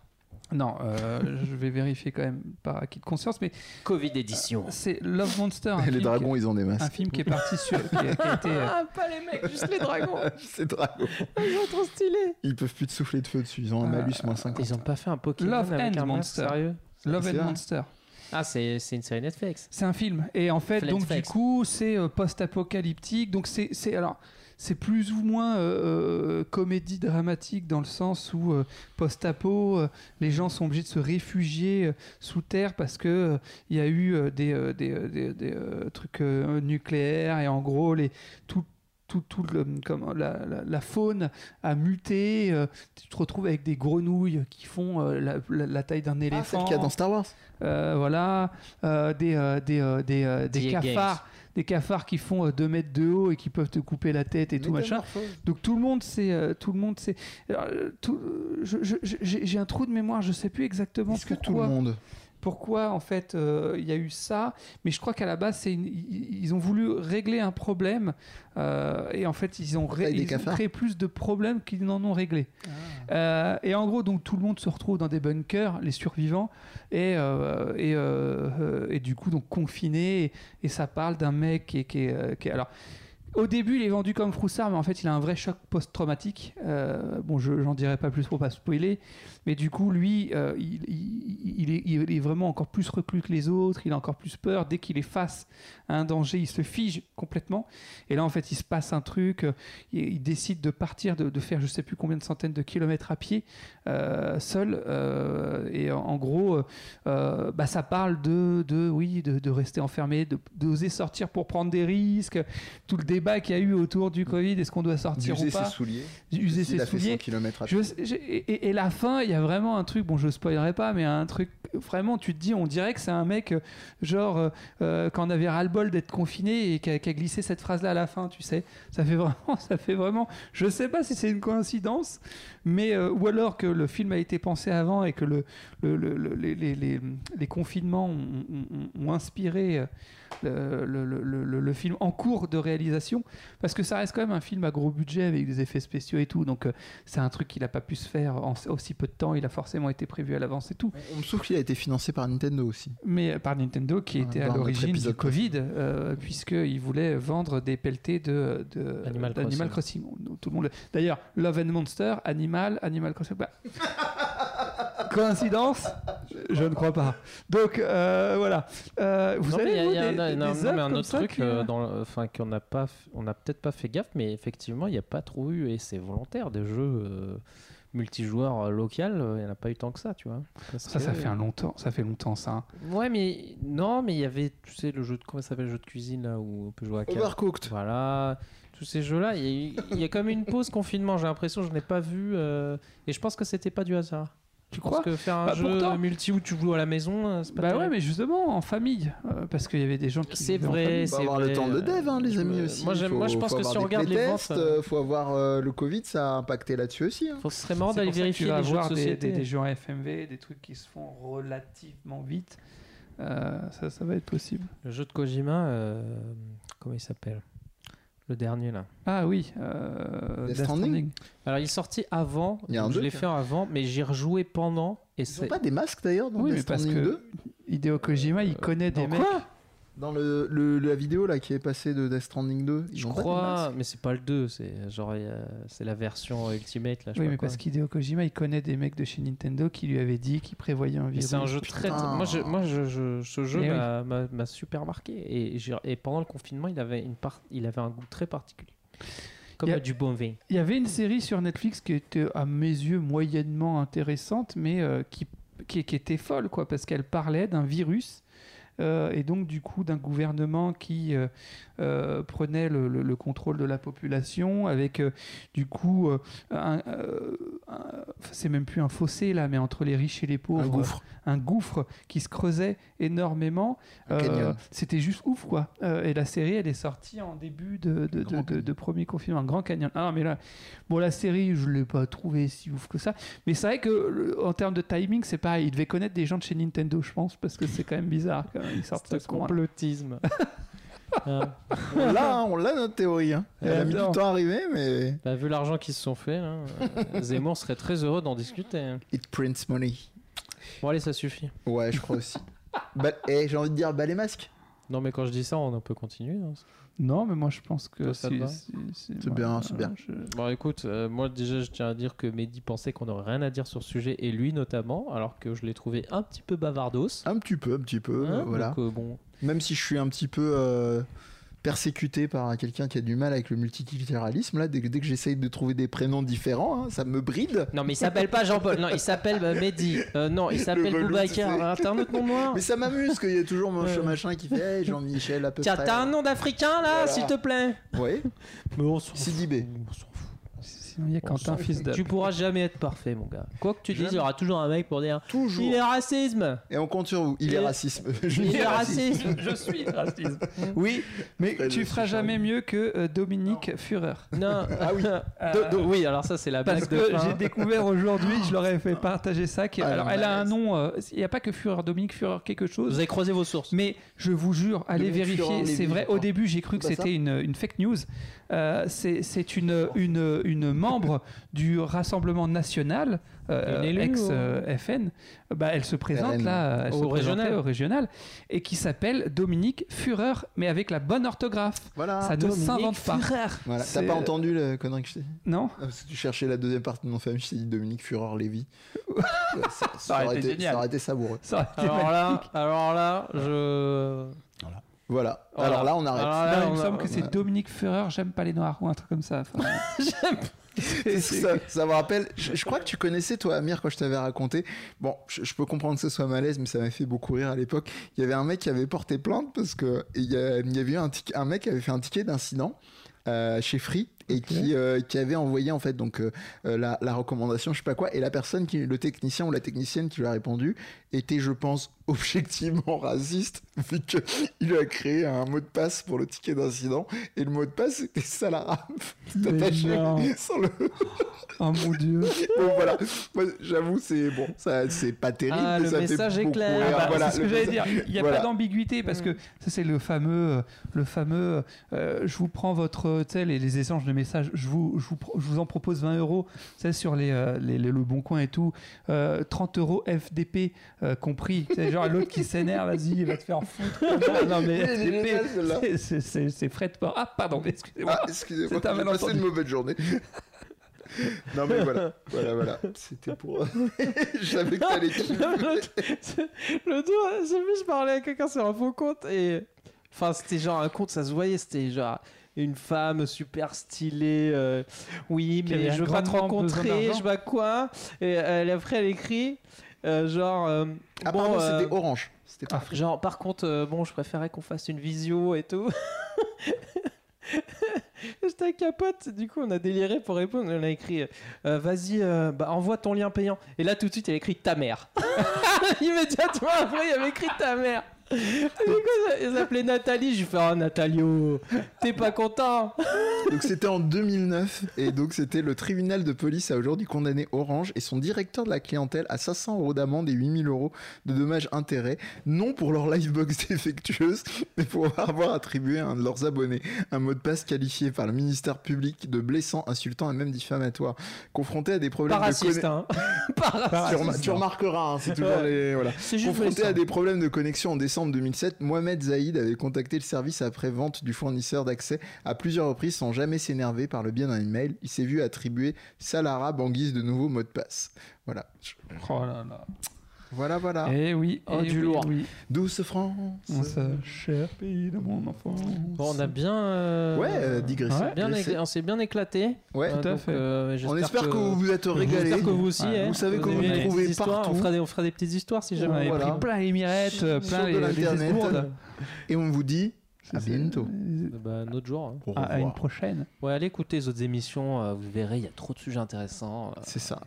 Speaker 2: Non, euh, je vais vérifier quand même par acquis de conscience, mais
Speaker 5: Covid édition.
Speaker 2: c'est Love Monster, un,
Speaker 3: Les
Speaker 2: film,
Speaker 3: dragons, ils ont des
Speaker 2: qui, un
Speaker 3: masques.
Speaker 2: film qui est parti sur. qui a- qui a été, euh,
Speaker 1: Ah, pas les mecs, juste les dragons.
Speaker 3: Ces dragons.
Speaker 1: Ils sont trop stylés.
Speaker 3: Ils peuvent plus te souffler de feu dessus. Ils ont un
Speaker 2: Ah,
Speaker 3: malus moins 50.
Speaker 1: Ils ont pas fait un Pokémon
Speaker 2: Love
Speaker 1: avec
Speaker 2: and
Speaker 1: un masque,
Speaker 2: Monster.
Speaker 1: sérieux
Speaker 2: Love
Speaker 3: C'est
Speaker 2: and
Speaker 3: vrai.
Speaker 2: Monster.
Speaker 1: Ah, c'est c'est une série Netflix.
Speaker 2: C'est un film. Et en fait,
Speaker 1: Flex,
Speaker 2: donc
Speaker 1: flex.
Speaker 2: du coup, c'est euh, post-apocalyptique. Donc c'est, c'est alors. C'est plus ou moins euh, euh, comédie dramatique dans le sens où euh, post-apo, euh, les gens sont obligés de se réfugier euh, sous terre parce que euh, il y a eu euh, des, euh, des, euh, des- des, euh, trucs euh, nucléaires et en gros les tout tout, tout le, comme la, la- la faune a muté, euh, tu te retrouves avec des grenouilles qui font euh, la, la- la taille d'un
Speaker 3: Ah, c'est
Speaker 2: éléphant.
Speaker 3: le cas dans Star Wars.
Speaker 2: Euh, voilà, euh, des, euh, des, euh, des, euh, des
Speaker 1: The
Speaker 2: cafards, des cafards qui font 2 mètres de haut et qui peuvent te couper la tête et tout machin. Donc tout le monde c'est tout le monde euh, c'est j'ai j'ai un trou de mémoire, je sais plus exactement
Speaker 3: Est-ce que tout
Speaker 2: pourquoi
Speaker 3: le monde
Speaker 2: pourquoi en fait euh, il y a eu ça, mais je crois qu'à la base c'est une- ils ils ont voulu régler un problème euh, et en fait ils ont, ré-
Speaker 3: Avec des
Speaker 2: ils ont
Speaker 3: cafards. Ah.
Speaker 2: créé plus de problèmes qu'ils n'en ont réglé. Euh, et en gros donc tout le monde se retrouve dans des bunkers, les survivants et euh, et, euh, euh, et du coup donc confinés et, et ça parle d'un mec qui est, qui est, euh, qui est- alors au début, il est vendu comme Froussard, mais en fait, il a un vrai choc post-traumatique. Euh, bon, je j'en dirai pas plus pour pas spoiler. Mais du coup, lui, euh, il, il- il est, il est vraiment encore plus reclus que les autres, il a encore plus peur. Dès qu'il est face à un danger, il se fige complètement. Et là, en fait, il se passe un truc, euh, il, il décide de partir, de, de faire je sais plus combien de centaines de kilomètres à pied, euh, seul. euh, et en, en gros, euh, euh, bah, ça parle de, de, oui, de, de rester enfermé, de- d'oser sortir pour prendre des risques, tout le débat qu'il y a eu autour du Covid, est-ce qu'on doit sortir
Speaker 3: D'user
Speaker 2: ou
Speaker 3: ses
Speaker 2: pas,
Speaker 3: souliers.
Speaker 2: user
Speaker 3: Il
Speaker 2: ses
Speaker 3: a fait 100
Speaker 2: souliers.
Speaker 3: km à
Speaker 2: Je- j'ai- et, et la fin, il y a vraiment un truc, bon, je spoilerai pas, mais un truc vraiment, tu te dis, on dirait que c'est un mec, euh, genre, euh, euh, quand on avait ras-le-bol d'être confiné et qui a, qui a glissé cette phrase-là à la fin, tu sais. Ça fait vraiment, ça fait vraiment, je sais pas si c'est une coïncidence, mais, euh, ou alors que le film a été pensé avant et que le, le- le- le- les, les- les- les confinements ont, ont- ont- ont inspiré. euh, le, le- le- le- le film en cours de réalisation parce que ça reste quand même un film à gros budget avec des effets spéciaux et tout donc euh, c'est un truc qu'il n'a pas pu se faire en aussi peu de temps, il a forcément été prévu à l'avance et tout.
Speaker 3: On me souffle qu'il a été financé par Nintendo aussi.
Speaker 2: Mais euh, par Nintendo qui
Speaker 3: Ouais,
Speaker 2: était
Speaker 3: dans
Speaker 2: à
Speaker 3: notre
Speaker 2: l'origine du
Speaker 3: épisode
Speaker 2: Covid, euh, puisqu'il voulait vendre des pelletés de, de-
Speaker 1: Animal
Speaker 2: d'Animal Crossing. Oh, Tout le monde. D'ailleurs, Love and Monster, Animal, Animal Crossing. bah, Coïncidence Je ne crois pas. Donc euh, voilà. Euh, vous
Speaker 1: non,
Speaker 2: avez
Speaker 1: mais il y a-
Speaker 2: vous,
Speaker 1: il y a
Speaker 2: des-
Speaker 1: un-
Speaker 2: des-
Speaker 1: non, non,
Speaker 2: des
Speaker 1: mais
Speaker 2: œuvres
Speaker 1: un
Speaker 2: comme
Speaker 1: autre
Speaker 2: ça
Speaker 1: truc
Speaker 2: qui,
Speaker 1: euh,
Speaker 2: euh,
Speaker 1: dans le- enfin qu'on n'a pas, f- on n'a peut-être pas fait gaffe, mais effectivement, il n'y a pas trop eu et c'est volontaire des jeux euh, multijoueurs euh, local. euh, Il n'y en a pas eu tant que ça, tu vois. Parce
Speaker 2: Ça, ça
Speaker 1: que- euh,
Speaker 2: fait un longtemps, ça fait longtemps ça. hein.
Speaker 1: Ouais, mais non, mais il y avait, tu sais, le jeu de comment ça s'appelle, le jeu de cuisine là où on peut jouer à quatre.
Speaker 3: Overcooked.
Speaker 1: Voilà, tous ces jeux-là, il y, a eu- il y a comme une pause confinement. J'ai l'impression, je n'ai pas vu, euh, et je pense que c'était pas du hasard.
Speaker 2: Tu
Speaker 1: Je pense
Speaker 2: crois
Speaker 1: que faire un
Speaker 2: Bah,
Speaker 1: jeu euh,
Speaker 2: pourtant-
Speaker 1: multi où tu joues à la maison, euh, c'est pas
Speaker 2: Bah ouais,
Speaker 1: terrible.
Speaker 2: mais justement en famille, euh, parce qu'il y avait des gens qui.
Speaker 1: C'est
Speaker 2: vivaient en famille.
Speaker 1: vrai,
Speaker 3: Faut
Speaker 1: c'est
Speaker 3: avoir le
Speaker 1: vrai,
Speaker 3: temps de
Speaker 1: euh,
Speaker 3: dev, hein, les
Speaker 1: je
Speaker 3: amis
Speaker 1: me-
Speaker 3: aussi.
Speaker 1: Moi, j'aime-
Speaker 3: Faut-
Speaker 1: moi, je
Speaker 3: faut
Speaker 1: pense que
Speaker 3: avoir
Speaker 1: si
Speaker 3: des
Speaker 1: on regarde les ventes,
Speaker 3: playtests,
Speaker 1: ça-
Speaker 3: euh, faut avoir euh, le Covid, ça a impacté là-dessus aussi. hein.
Speaker 1: faut vraiment
Speaker 2: C'est
Speaker 1: d'aller
Speaker 2: pour ça que
Speaker 1: vérifier
Speaker 2: tu vas
Speaker 1: les jeux de
Speaker 2: avoir des,
Speaker 1: société.
Speaker 2: des, des jeux en FMV, des trucs qui se font relativement vite. Euh, ça, ça va être possible.
Speaker 1: Le jeu de Kojima, euh, comment il s'appelle Le dernier là.
Speaker 2: Ah oui, euh,
Speaker 3: Death
Speaker 2: Death
Speaker 3: Stranding.
Speaker 2: Stranding.
Speaker 1: Alors, il est sorti avant,
Speaker 3: Il y a un
Speaker 1: donc je
Speaker 3: deux,
Speaker 1: l'ai
Speaker 3: quoi.
Speaker 1: fait avant, mais j'y rejoué pendant. Et
Speaker 3: Ils ont
Speaker 1: c'est.
Speaker 3: pas des masques d'ailleurs dans
Speaker 2: Oui, mais
Speaker 3: Death
Speaker 2: parce
Speaker 3: Stranding 2
Speaker 2: que Hideo Kojima, il connaît des
Speaker 1: Euh, dans
Speaker 2: mecs.
Speaker 3: Dans le, le- la vidéo là qui est passée de Death Stranding 2, ils
Speaker 1: Je
Speaker 3: ont pas des
Speaker 1: crois,
Speaker 3: masques
Speaker 1: mais c'est pas le 2, c'est genre euh, c'est la version Ultimate là. Je sais
Speaker 2: Oui,
Speaker 1: pas
Speaker 2: mais
Speaker 1: quoi.
Speaker 2: parce qu'Hideo Kojima, il connaît des mecs de chez Nintendo qui lui avaient dit qu'ils prévoyaient un
Speaker 1: Et
Speaker 2: virus.
Speaker 1: c'est un jeu très.
Speaker 3: Putain.
Speaker 1: Moi, je, moi je, je- ce jeu
Speaker 2: Eh oui.
Speaker 1: m'a- m'a m'a super marqué. Et, j'ai- et pendant le confinement, il avait, une part, il avait un goût très particulier. Comme
Speaker 2: Il y a-
Speaker 1: euh, du bon vin.
Speaker 2: Il y avait une série sur Netflix qui était, à mes yeux, moyennement intéressante, mais euh, qui, qui, qui était folle, quoi, parce qu'elle parlait d'un virus. euh, et donc, du coup, d'un gouvernement qui euh, euh, prenait le, le- le contrôle de la population avec, euh, du coup, euh, un- euh, un- c'est même plus un fossé, là, mais entre les riches et les pauvres
Speaker 3: Un gouffre.
Speaker 2: un gouffre qui se creusait énormément. Euh,
Speaker 3: Un canyon.
Speaker 2: C'était juste ouf, quoi. Euh, et la série, elle est sortie en début de, de,
Speaker 3: Grand
Speaker 2: de- de- de premier confinement, un grand canyon. Ah, mais là, bon, la série, je l'ai pas trouvée si ouf que ça. Mais c'est vrai que le- en termes de timing, c'est pareil. Il devait connaître des gens de chez Nintendo, je pense, parce que c'est quand même bizarre quand même. Ils sortent
Speaker 1: Ce
Speaker 2: ce con, là.
Speaker 1: complotisme. Ah,
Speaker 3: On l'a, hein, on l'a notre théorie. hein.
Speaker 2: Et
Speaker 3: Elle a mis du
Speaker 2: alors
Speaker 3: temps à arriver, mais
Speaker 1: bah, vu l'argent qu'ils se sont fait, là, euh, Zemmour serait très heureux d'en discuter. hein.
Speaker 3: it prints money.
Speaker 1: Bon, allez, ça suffit.
Speaker 3: Ouais, je crois aussi. Bah, eh, j'ai envie de dire, bah les masques.
Speaker 1: Non, mais quand je dis ça, on peut continuer. hein.
Speaker 2: Non, mais moi je pense que
Speaker 1: Toi, ça te
Speaker 2: si-
Speaker 1: va
Speaker 2: si- si-
Speaker 3: C'est
Speaker 2: ouais,
Speaker 3: bien, c'est
Speaker 2: euh,
Speaker 3: bien.
Speaker 2: je-
Speaker 1: Bon, écoute, euh, moi déjà, je tiens à dire que Mehdi pensait qu'on n'aurait rien à dire sur ce sujet, et lui notamment, alors que je l'ai trouvé un petit peu bavardos.
Speaker 3: Un petit peu, un petit peu,
Speaker 1: Hein,
Speaker 3: Ah,
Speaker 2: Ah,
Speaker 3: euh,
Speaker 2: bah,
Speaker 3: voilà.
Speaker 1: Donc, euh, bon,
Speaker 3: Même si je suis un petit peu euh, persécuté par quelqu'un qui a du mal avec le multiculturalisme, là, dès, que- dès que j'essaye de trouver des prénoms différents, hein, ça me bride.
Speaker 1: Non, mais il s'appelle pas Jean-Paul. Non, il s'appelle euh, Mehdi. Euh, non, il s'appelle
Speaker 3: velours,
Speaker 1: Boubacar.
Speaker 3: tu sais.
Speaker 1: Ah, T'as un autre nom noir
Speaker 3: Mais ça m'amuse qu'il y a toujours mon
Speaker 1: Ouais.
Speaker 3: ch- machin qui fait hey, Jean-Michel à peu
Speaker 1: Tiens,
Speaker 3: près.
Speaker 1: t'as un nom d'Africain là,
Speaker 3: Voilà.
Speaker 1: s'il te plaît
Speaker 3: Ouais.
Speaker 1: Mais on s'en
Speaker 3: Sidi B.
Speaker 2: Sinon, il y a Quentin, fils d'Ab.
Speaker 1: Tu pourras jamais être parfait, mon gars. Quoi que tu dises,
Speaker 3: Jamais.
Speaker 1: il y aura toujours un mec pour dire
Speaker 3: Toujours.
Speaker 1: Il est racisme
Speaker 3: Et on compte sur vous. Il
Speaker 1: Il
Speaker 3: est
Speaker 1: est-
Speaker 3: racisme. Je
Speaker 1: Il
Speaker 3: dis
Speaker 1: est
Speaker 3: racisme.
Speaker 1: racisme
Speaker 2: Je suis raciste.
Speaker 3: Oui.
Speaker 2: Mais
Speaker 3: Après,
Speaker 2: tu
Speaker 3: je
Speaker 2: feras
Speaker 3: suis
Speaker 2: jamais mieux que euh, Dominique Führer.
Speaker 1: Non.
Speaker 3: Ah oui.
Speaker 1: Do- do- oui, alors ça, c'est la blague
Speaker 2: Parce
Speaker 1: de
Speaker 2: que j'ai
Speaker 1: fin.
Speaker 2: découvert aujourd'hui, je leur ai fait partager ça. que-
Speaker 3: Ah,
Speaker 2: alors, elle a un
Speaker 3: malaise.
Speaker 2: nom, euh, il n'y a pas que Führer, Dominique Führer, quelque
Speaker 1: Vous
Speaker 2: chose.
Speaker 1: avez croisé vos sources.
Speaker 2: Mais je vous jure, allez
Speaker 3: Dominique Führer,
Speaker 2: vérifier,
Speaker 3: Lévy,
Speaker 2: c'est
Speaker 3: je
Speaker 2: vrai. Au
Speaker 3: crois.
Speaker 2: début, j'ai cru que
Speaker 3: C'est pas
Speaker 2: c'était une, une fake news. Euh, c'est c'est une, une, une membre du Rassemblement National, euh,
Speaker 1: Une élue, ou-
Speaker 2: ex-FN. bah, elle se présente
Speaker 3: RN.
Speaker 2: là, elle se
Speaker 1: Au
Speaker 2: présentait
Speaker 1: régional.
Speaker 2: au régional, et qui s'appelle Dominique Führer, mais avec la bonne orthographe.
Speaker 3: Voilà.
Speaker 2: ça ne
Speaker 1: Dominique
Speaker 2: s'invente pas.
Speaker 3: Voilà. T'as
Speaker 2: C'est-
Speaker 3: pas entendu le connerie que je t'ai dit
Speaker 2: Non
Speaker 3: Ah, Parce que tu cherchais la deuxième partie de mon famille, je t'ai dit Dominique Fureur Lévy. ça, ça aurait été,
Speaker 2: génial.
Speaker 3: ça aurait été savoureux.
Speaker 2: Ça aurait été
Speaker 1: Alors là,
Speaker 2: magnifique.
Speaker 1: alors là, je.
Speaker 3: Voilà. Ah,
Speaker 1: Voilà.
Speaker 3: Alors là, on arrête.
Speaker 1: Alors
Speaker 2: Non,
Speaker 1: là,
Speaker 2: Bah, il me
Speaker 1: on a-
Speaker 2: semble que c'est
Speaker 3: ouais.
Speaker 2: Dominique Führer, j'aime pas les noirs, ou un truc comme ça. Enfin,
Speaker 3: C'est- ça, ça me rappelle. Je, je crois que tu connaissais, toi, Amir, quand je t'avais raconté. Bon, je, je peux comprendre que ce soit malaise, mais ça m'a fait beaucoup rire à l'époque. Il y avait un mec qui avait porté plainte parce que il y, a- il y avait eu un, tic- un mec qui avait fait un ticket d'incident. euh, chez Free et qui, euh, qui avait envoyé en fait donc euh, euh, la, la recommandation je sais pas quoi et la personne qui le technicien ou la technicienne qui lui a répondu était je pense objectivement raciste vu que il a créé un mot de passe pour le ticket d'incident et le mot de passe c'était Salarame tout
Speaker 2: Mais
Speaker 3: attaché
Speaker 2: non.
Speaker 3: sans le
Speaker 2: oh mon dieu.
Speaker 3: Bon voilà, Moi, j'avoue c'est bon, ça c'est pas terrible.
Speaker 1: Ah,
Speaker 3: mais
Speaker 1: le
Speaker 3: ça fait
Speaker 1: message est
Speaker 3: beaucoup
Speaker 1: clair.
Speaker 3: rire.
Speaker 1: Ah bah,
Speaker 3: Voilà,
Speaker 2: c'est ce
Speaker 3: le
Speaker 2: que j'allais
Speaker 3: message-
Speaker 2: dire. Il n'y a
Speaker 3: Voilà. Mm.
Speaker 2: pas d'ambiguïté parce que ça, c'est le fameux, euh, le fameux euh, je vous prends votre euh, tu sais, les, les échanges de messages, je vous, je vous, pro- je vous en propose 20 euros tu sais, sur les, euh, les- les- le bon coin et tout, euh, 30 euros FDP euh, compris. Tu sais, genre l'autre qui s'énerve, vas-y, il va te faire foutre. non, mais
Speaker 3: Elle est
Speaker 2: FDP,
Speaker 3: géniale, celle-là.
Speaker 2: c'est- c'est- c'est c'est frais de port. Ah, pardon, excusez-moi.
Speaker 3: Ah, excusez-moi,
Speaker 2: C'est un
Speaker 3: j'ai passé
Speaker 2: malentendu.
Speaker 3: une mauvaise journée. non mais voilà, voilà voilà, c'était pour. Je savais que t'allais kiffer.
Speaker 1: Le doigt, j'ai vu, je parlais à quelqu'un sur un faux compte et. Enfin, c'était genre un compte, ça se voyait, c'était genre une femme super stylée. euh, oui,
Speaker 2: Qui
Speaker 1: mais
Speaker 2: avait
Speaker 1: je veux pas te
Speaker 2: grandement besoin
Speaker 1: rencontrer, je
Speaker 2: d'argent.
Speaker 1: sais pas quoi. Et elle, après, elle écrit euh, genre. euh,
Speaker 3: Ah
Speaker 1: bon,
Speaker 3: pardon,
Speaker 1: euh,
Speaker 3: c'était orange. C'était pas.
Speaker 1: Genre, par contre, euh, bon, je préférais qu'on fasse une visio et tout. J'étais à capote, du coup, on a déliré pour répondre. On a écrit euh, Vas-y, euh, bah, envoie ton lien payant. Et là, tout de suite, elle a écrit ta mère. Immédiatement après, il avait écrit ta mère. Et du coup, ils appelaient Nathalie. J'ai fait Oh, Nathalio, t'es pas content
Speaker 3: Donc c'était en 2009 et donc c'était le tribunal de police a aujourd'hui condamné Orange et son directeur de la clientèle à 500 euros d'amende et 8000 euros de dommages intérêts, non pour leur livebox défectueuse, mais pour avoir attribué à un de leurs abonnés un mot de passe qualifié par le ministère public de blessant, insultant et même diffamatoire. Confronté à des
Speaker 1: Pas
Speaker 3: problèmes de
Speaker 1: raciste,
Speaker 3: conne-
Speaker 1: hein. Pas raciste.
Speaker 3: tu, remar- tu remarqueras, hein, c'est toujours les voilà.
Speaker 1: C'est juste
Speaker 3: Confronté
Speaker 1: ça.
Speaker 3: à des problèmes de connexion en décembre 2007, Mohamed Zaïd avait contacté le service après-vente du fournisseur d'accès à plusieurs reprises sans jamais s'énerver par le biais d'un email. Il s'est vu attribuer Salara en guise de nouveau mot de passe. Voilà.
Speaker 2: Oh là là.
Speaker 3: Voilà, voilà.
Speaker 2: Eh oui,
Speaker 1: Oh,
Speaker 2: eh
Speaker 1: du
Speaker 2: oui,
Speaker 1: lourd.
Speaker 2: oui.
Speaker 3: Douce France.
Speaker 2: Mon cher pays de mon enfance.
Speaker 1: Bon, on a bien. euh,
Speaker 3: Ouais, euh, digressé.
Speaker 2: Ouais.
Speaker 1: bien
Speaker 3: digressé.
Speaker 1: écla- on s'est bien éclaté.
Speaker 3: Ouais.
Speaker 1: Euh,
Speaker 2: Tout à
Speaker 1: donc,
Speaker 2: fait.
Speaker 1: euh, j'espère
Speaker 3: On espère que... vous vous êtes régalé.
Speaker 1: J'espère que vous aussi.
Speaker 2: Ouais,
Speaker 1: hein.
Speaker 3: vous savez
Speaker 1: Vous
Speaker 3: qu'on
Speaker 1: aimez
Speaker 2: nous
Speaker 1: les
Speaker 3: trouvez
Speaker 1: petites histoires.
Speaker 3: partout.
Speaker 1: On fera, des, on fera des petites histoires si jamais.
Speaker 2: J'en
Speaker 1: on est
Speaker 3: Ouais,
Speaker 2: avais
Speaker 3: voilà.
Speaker 1: pris
Speaker 2: pris plein les mirettes, euh,
Speaker 3: Sur
Speaker 2: plein
Speaker 3: de
Speaker 2: les, les
Speaker 3: l'Internet.
Speaker 2: esgourdes.
Speaker 3: Et on vous dit à
Speaker 2: C'est ça.
Speaker 3: bientôt.
Speaker 1: plein. Bah, un autre jour. hein.
Speaker 3: Au
Speaker 2: Ah, À, à une
Speaker 3: revoir.
Speaker 2: prochaine.
Speaker 1: Ouais, allez écouter les autres émissions. euh, vous verrez, il y a trop de sujets intéressants. euh,
Speaker 3: C'est ça.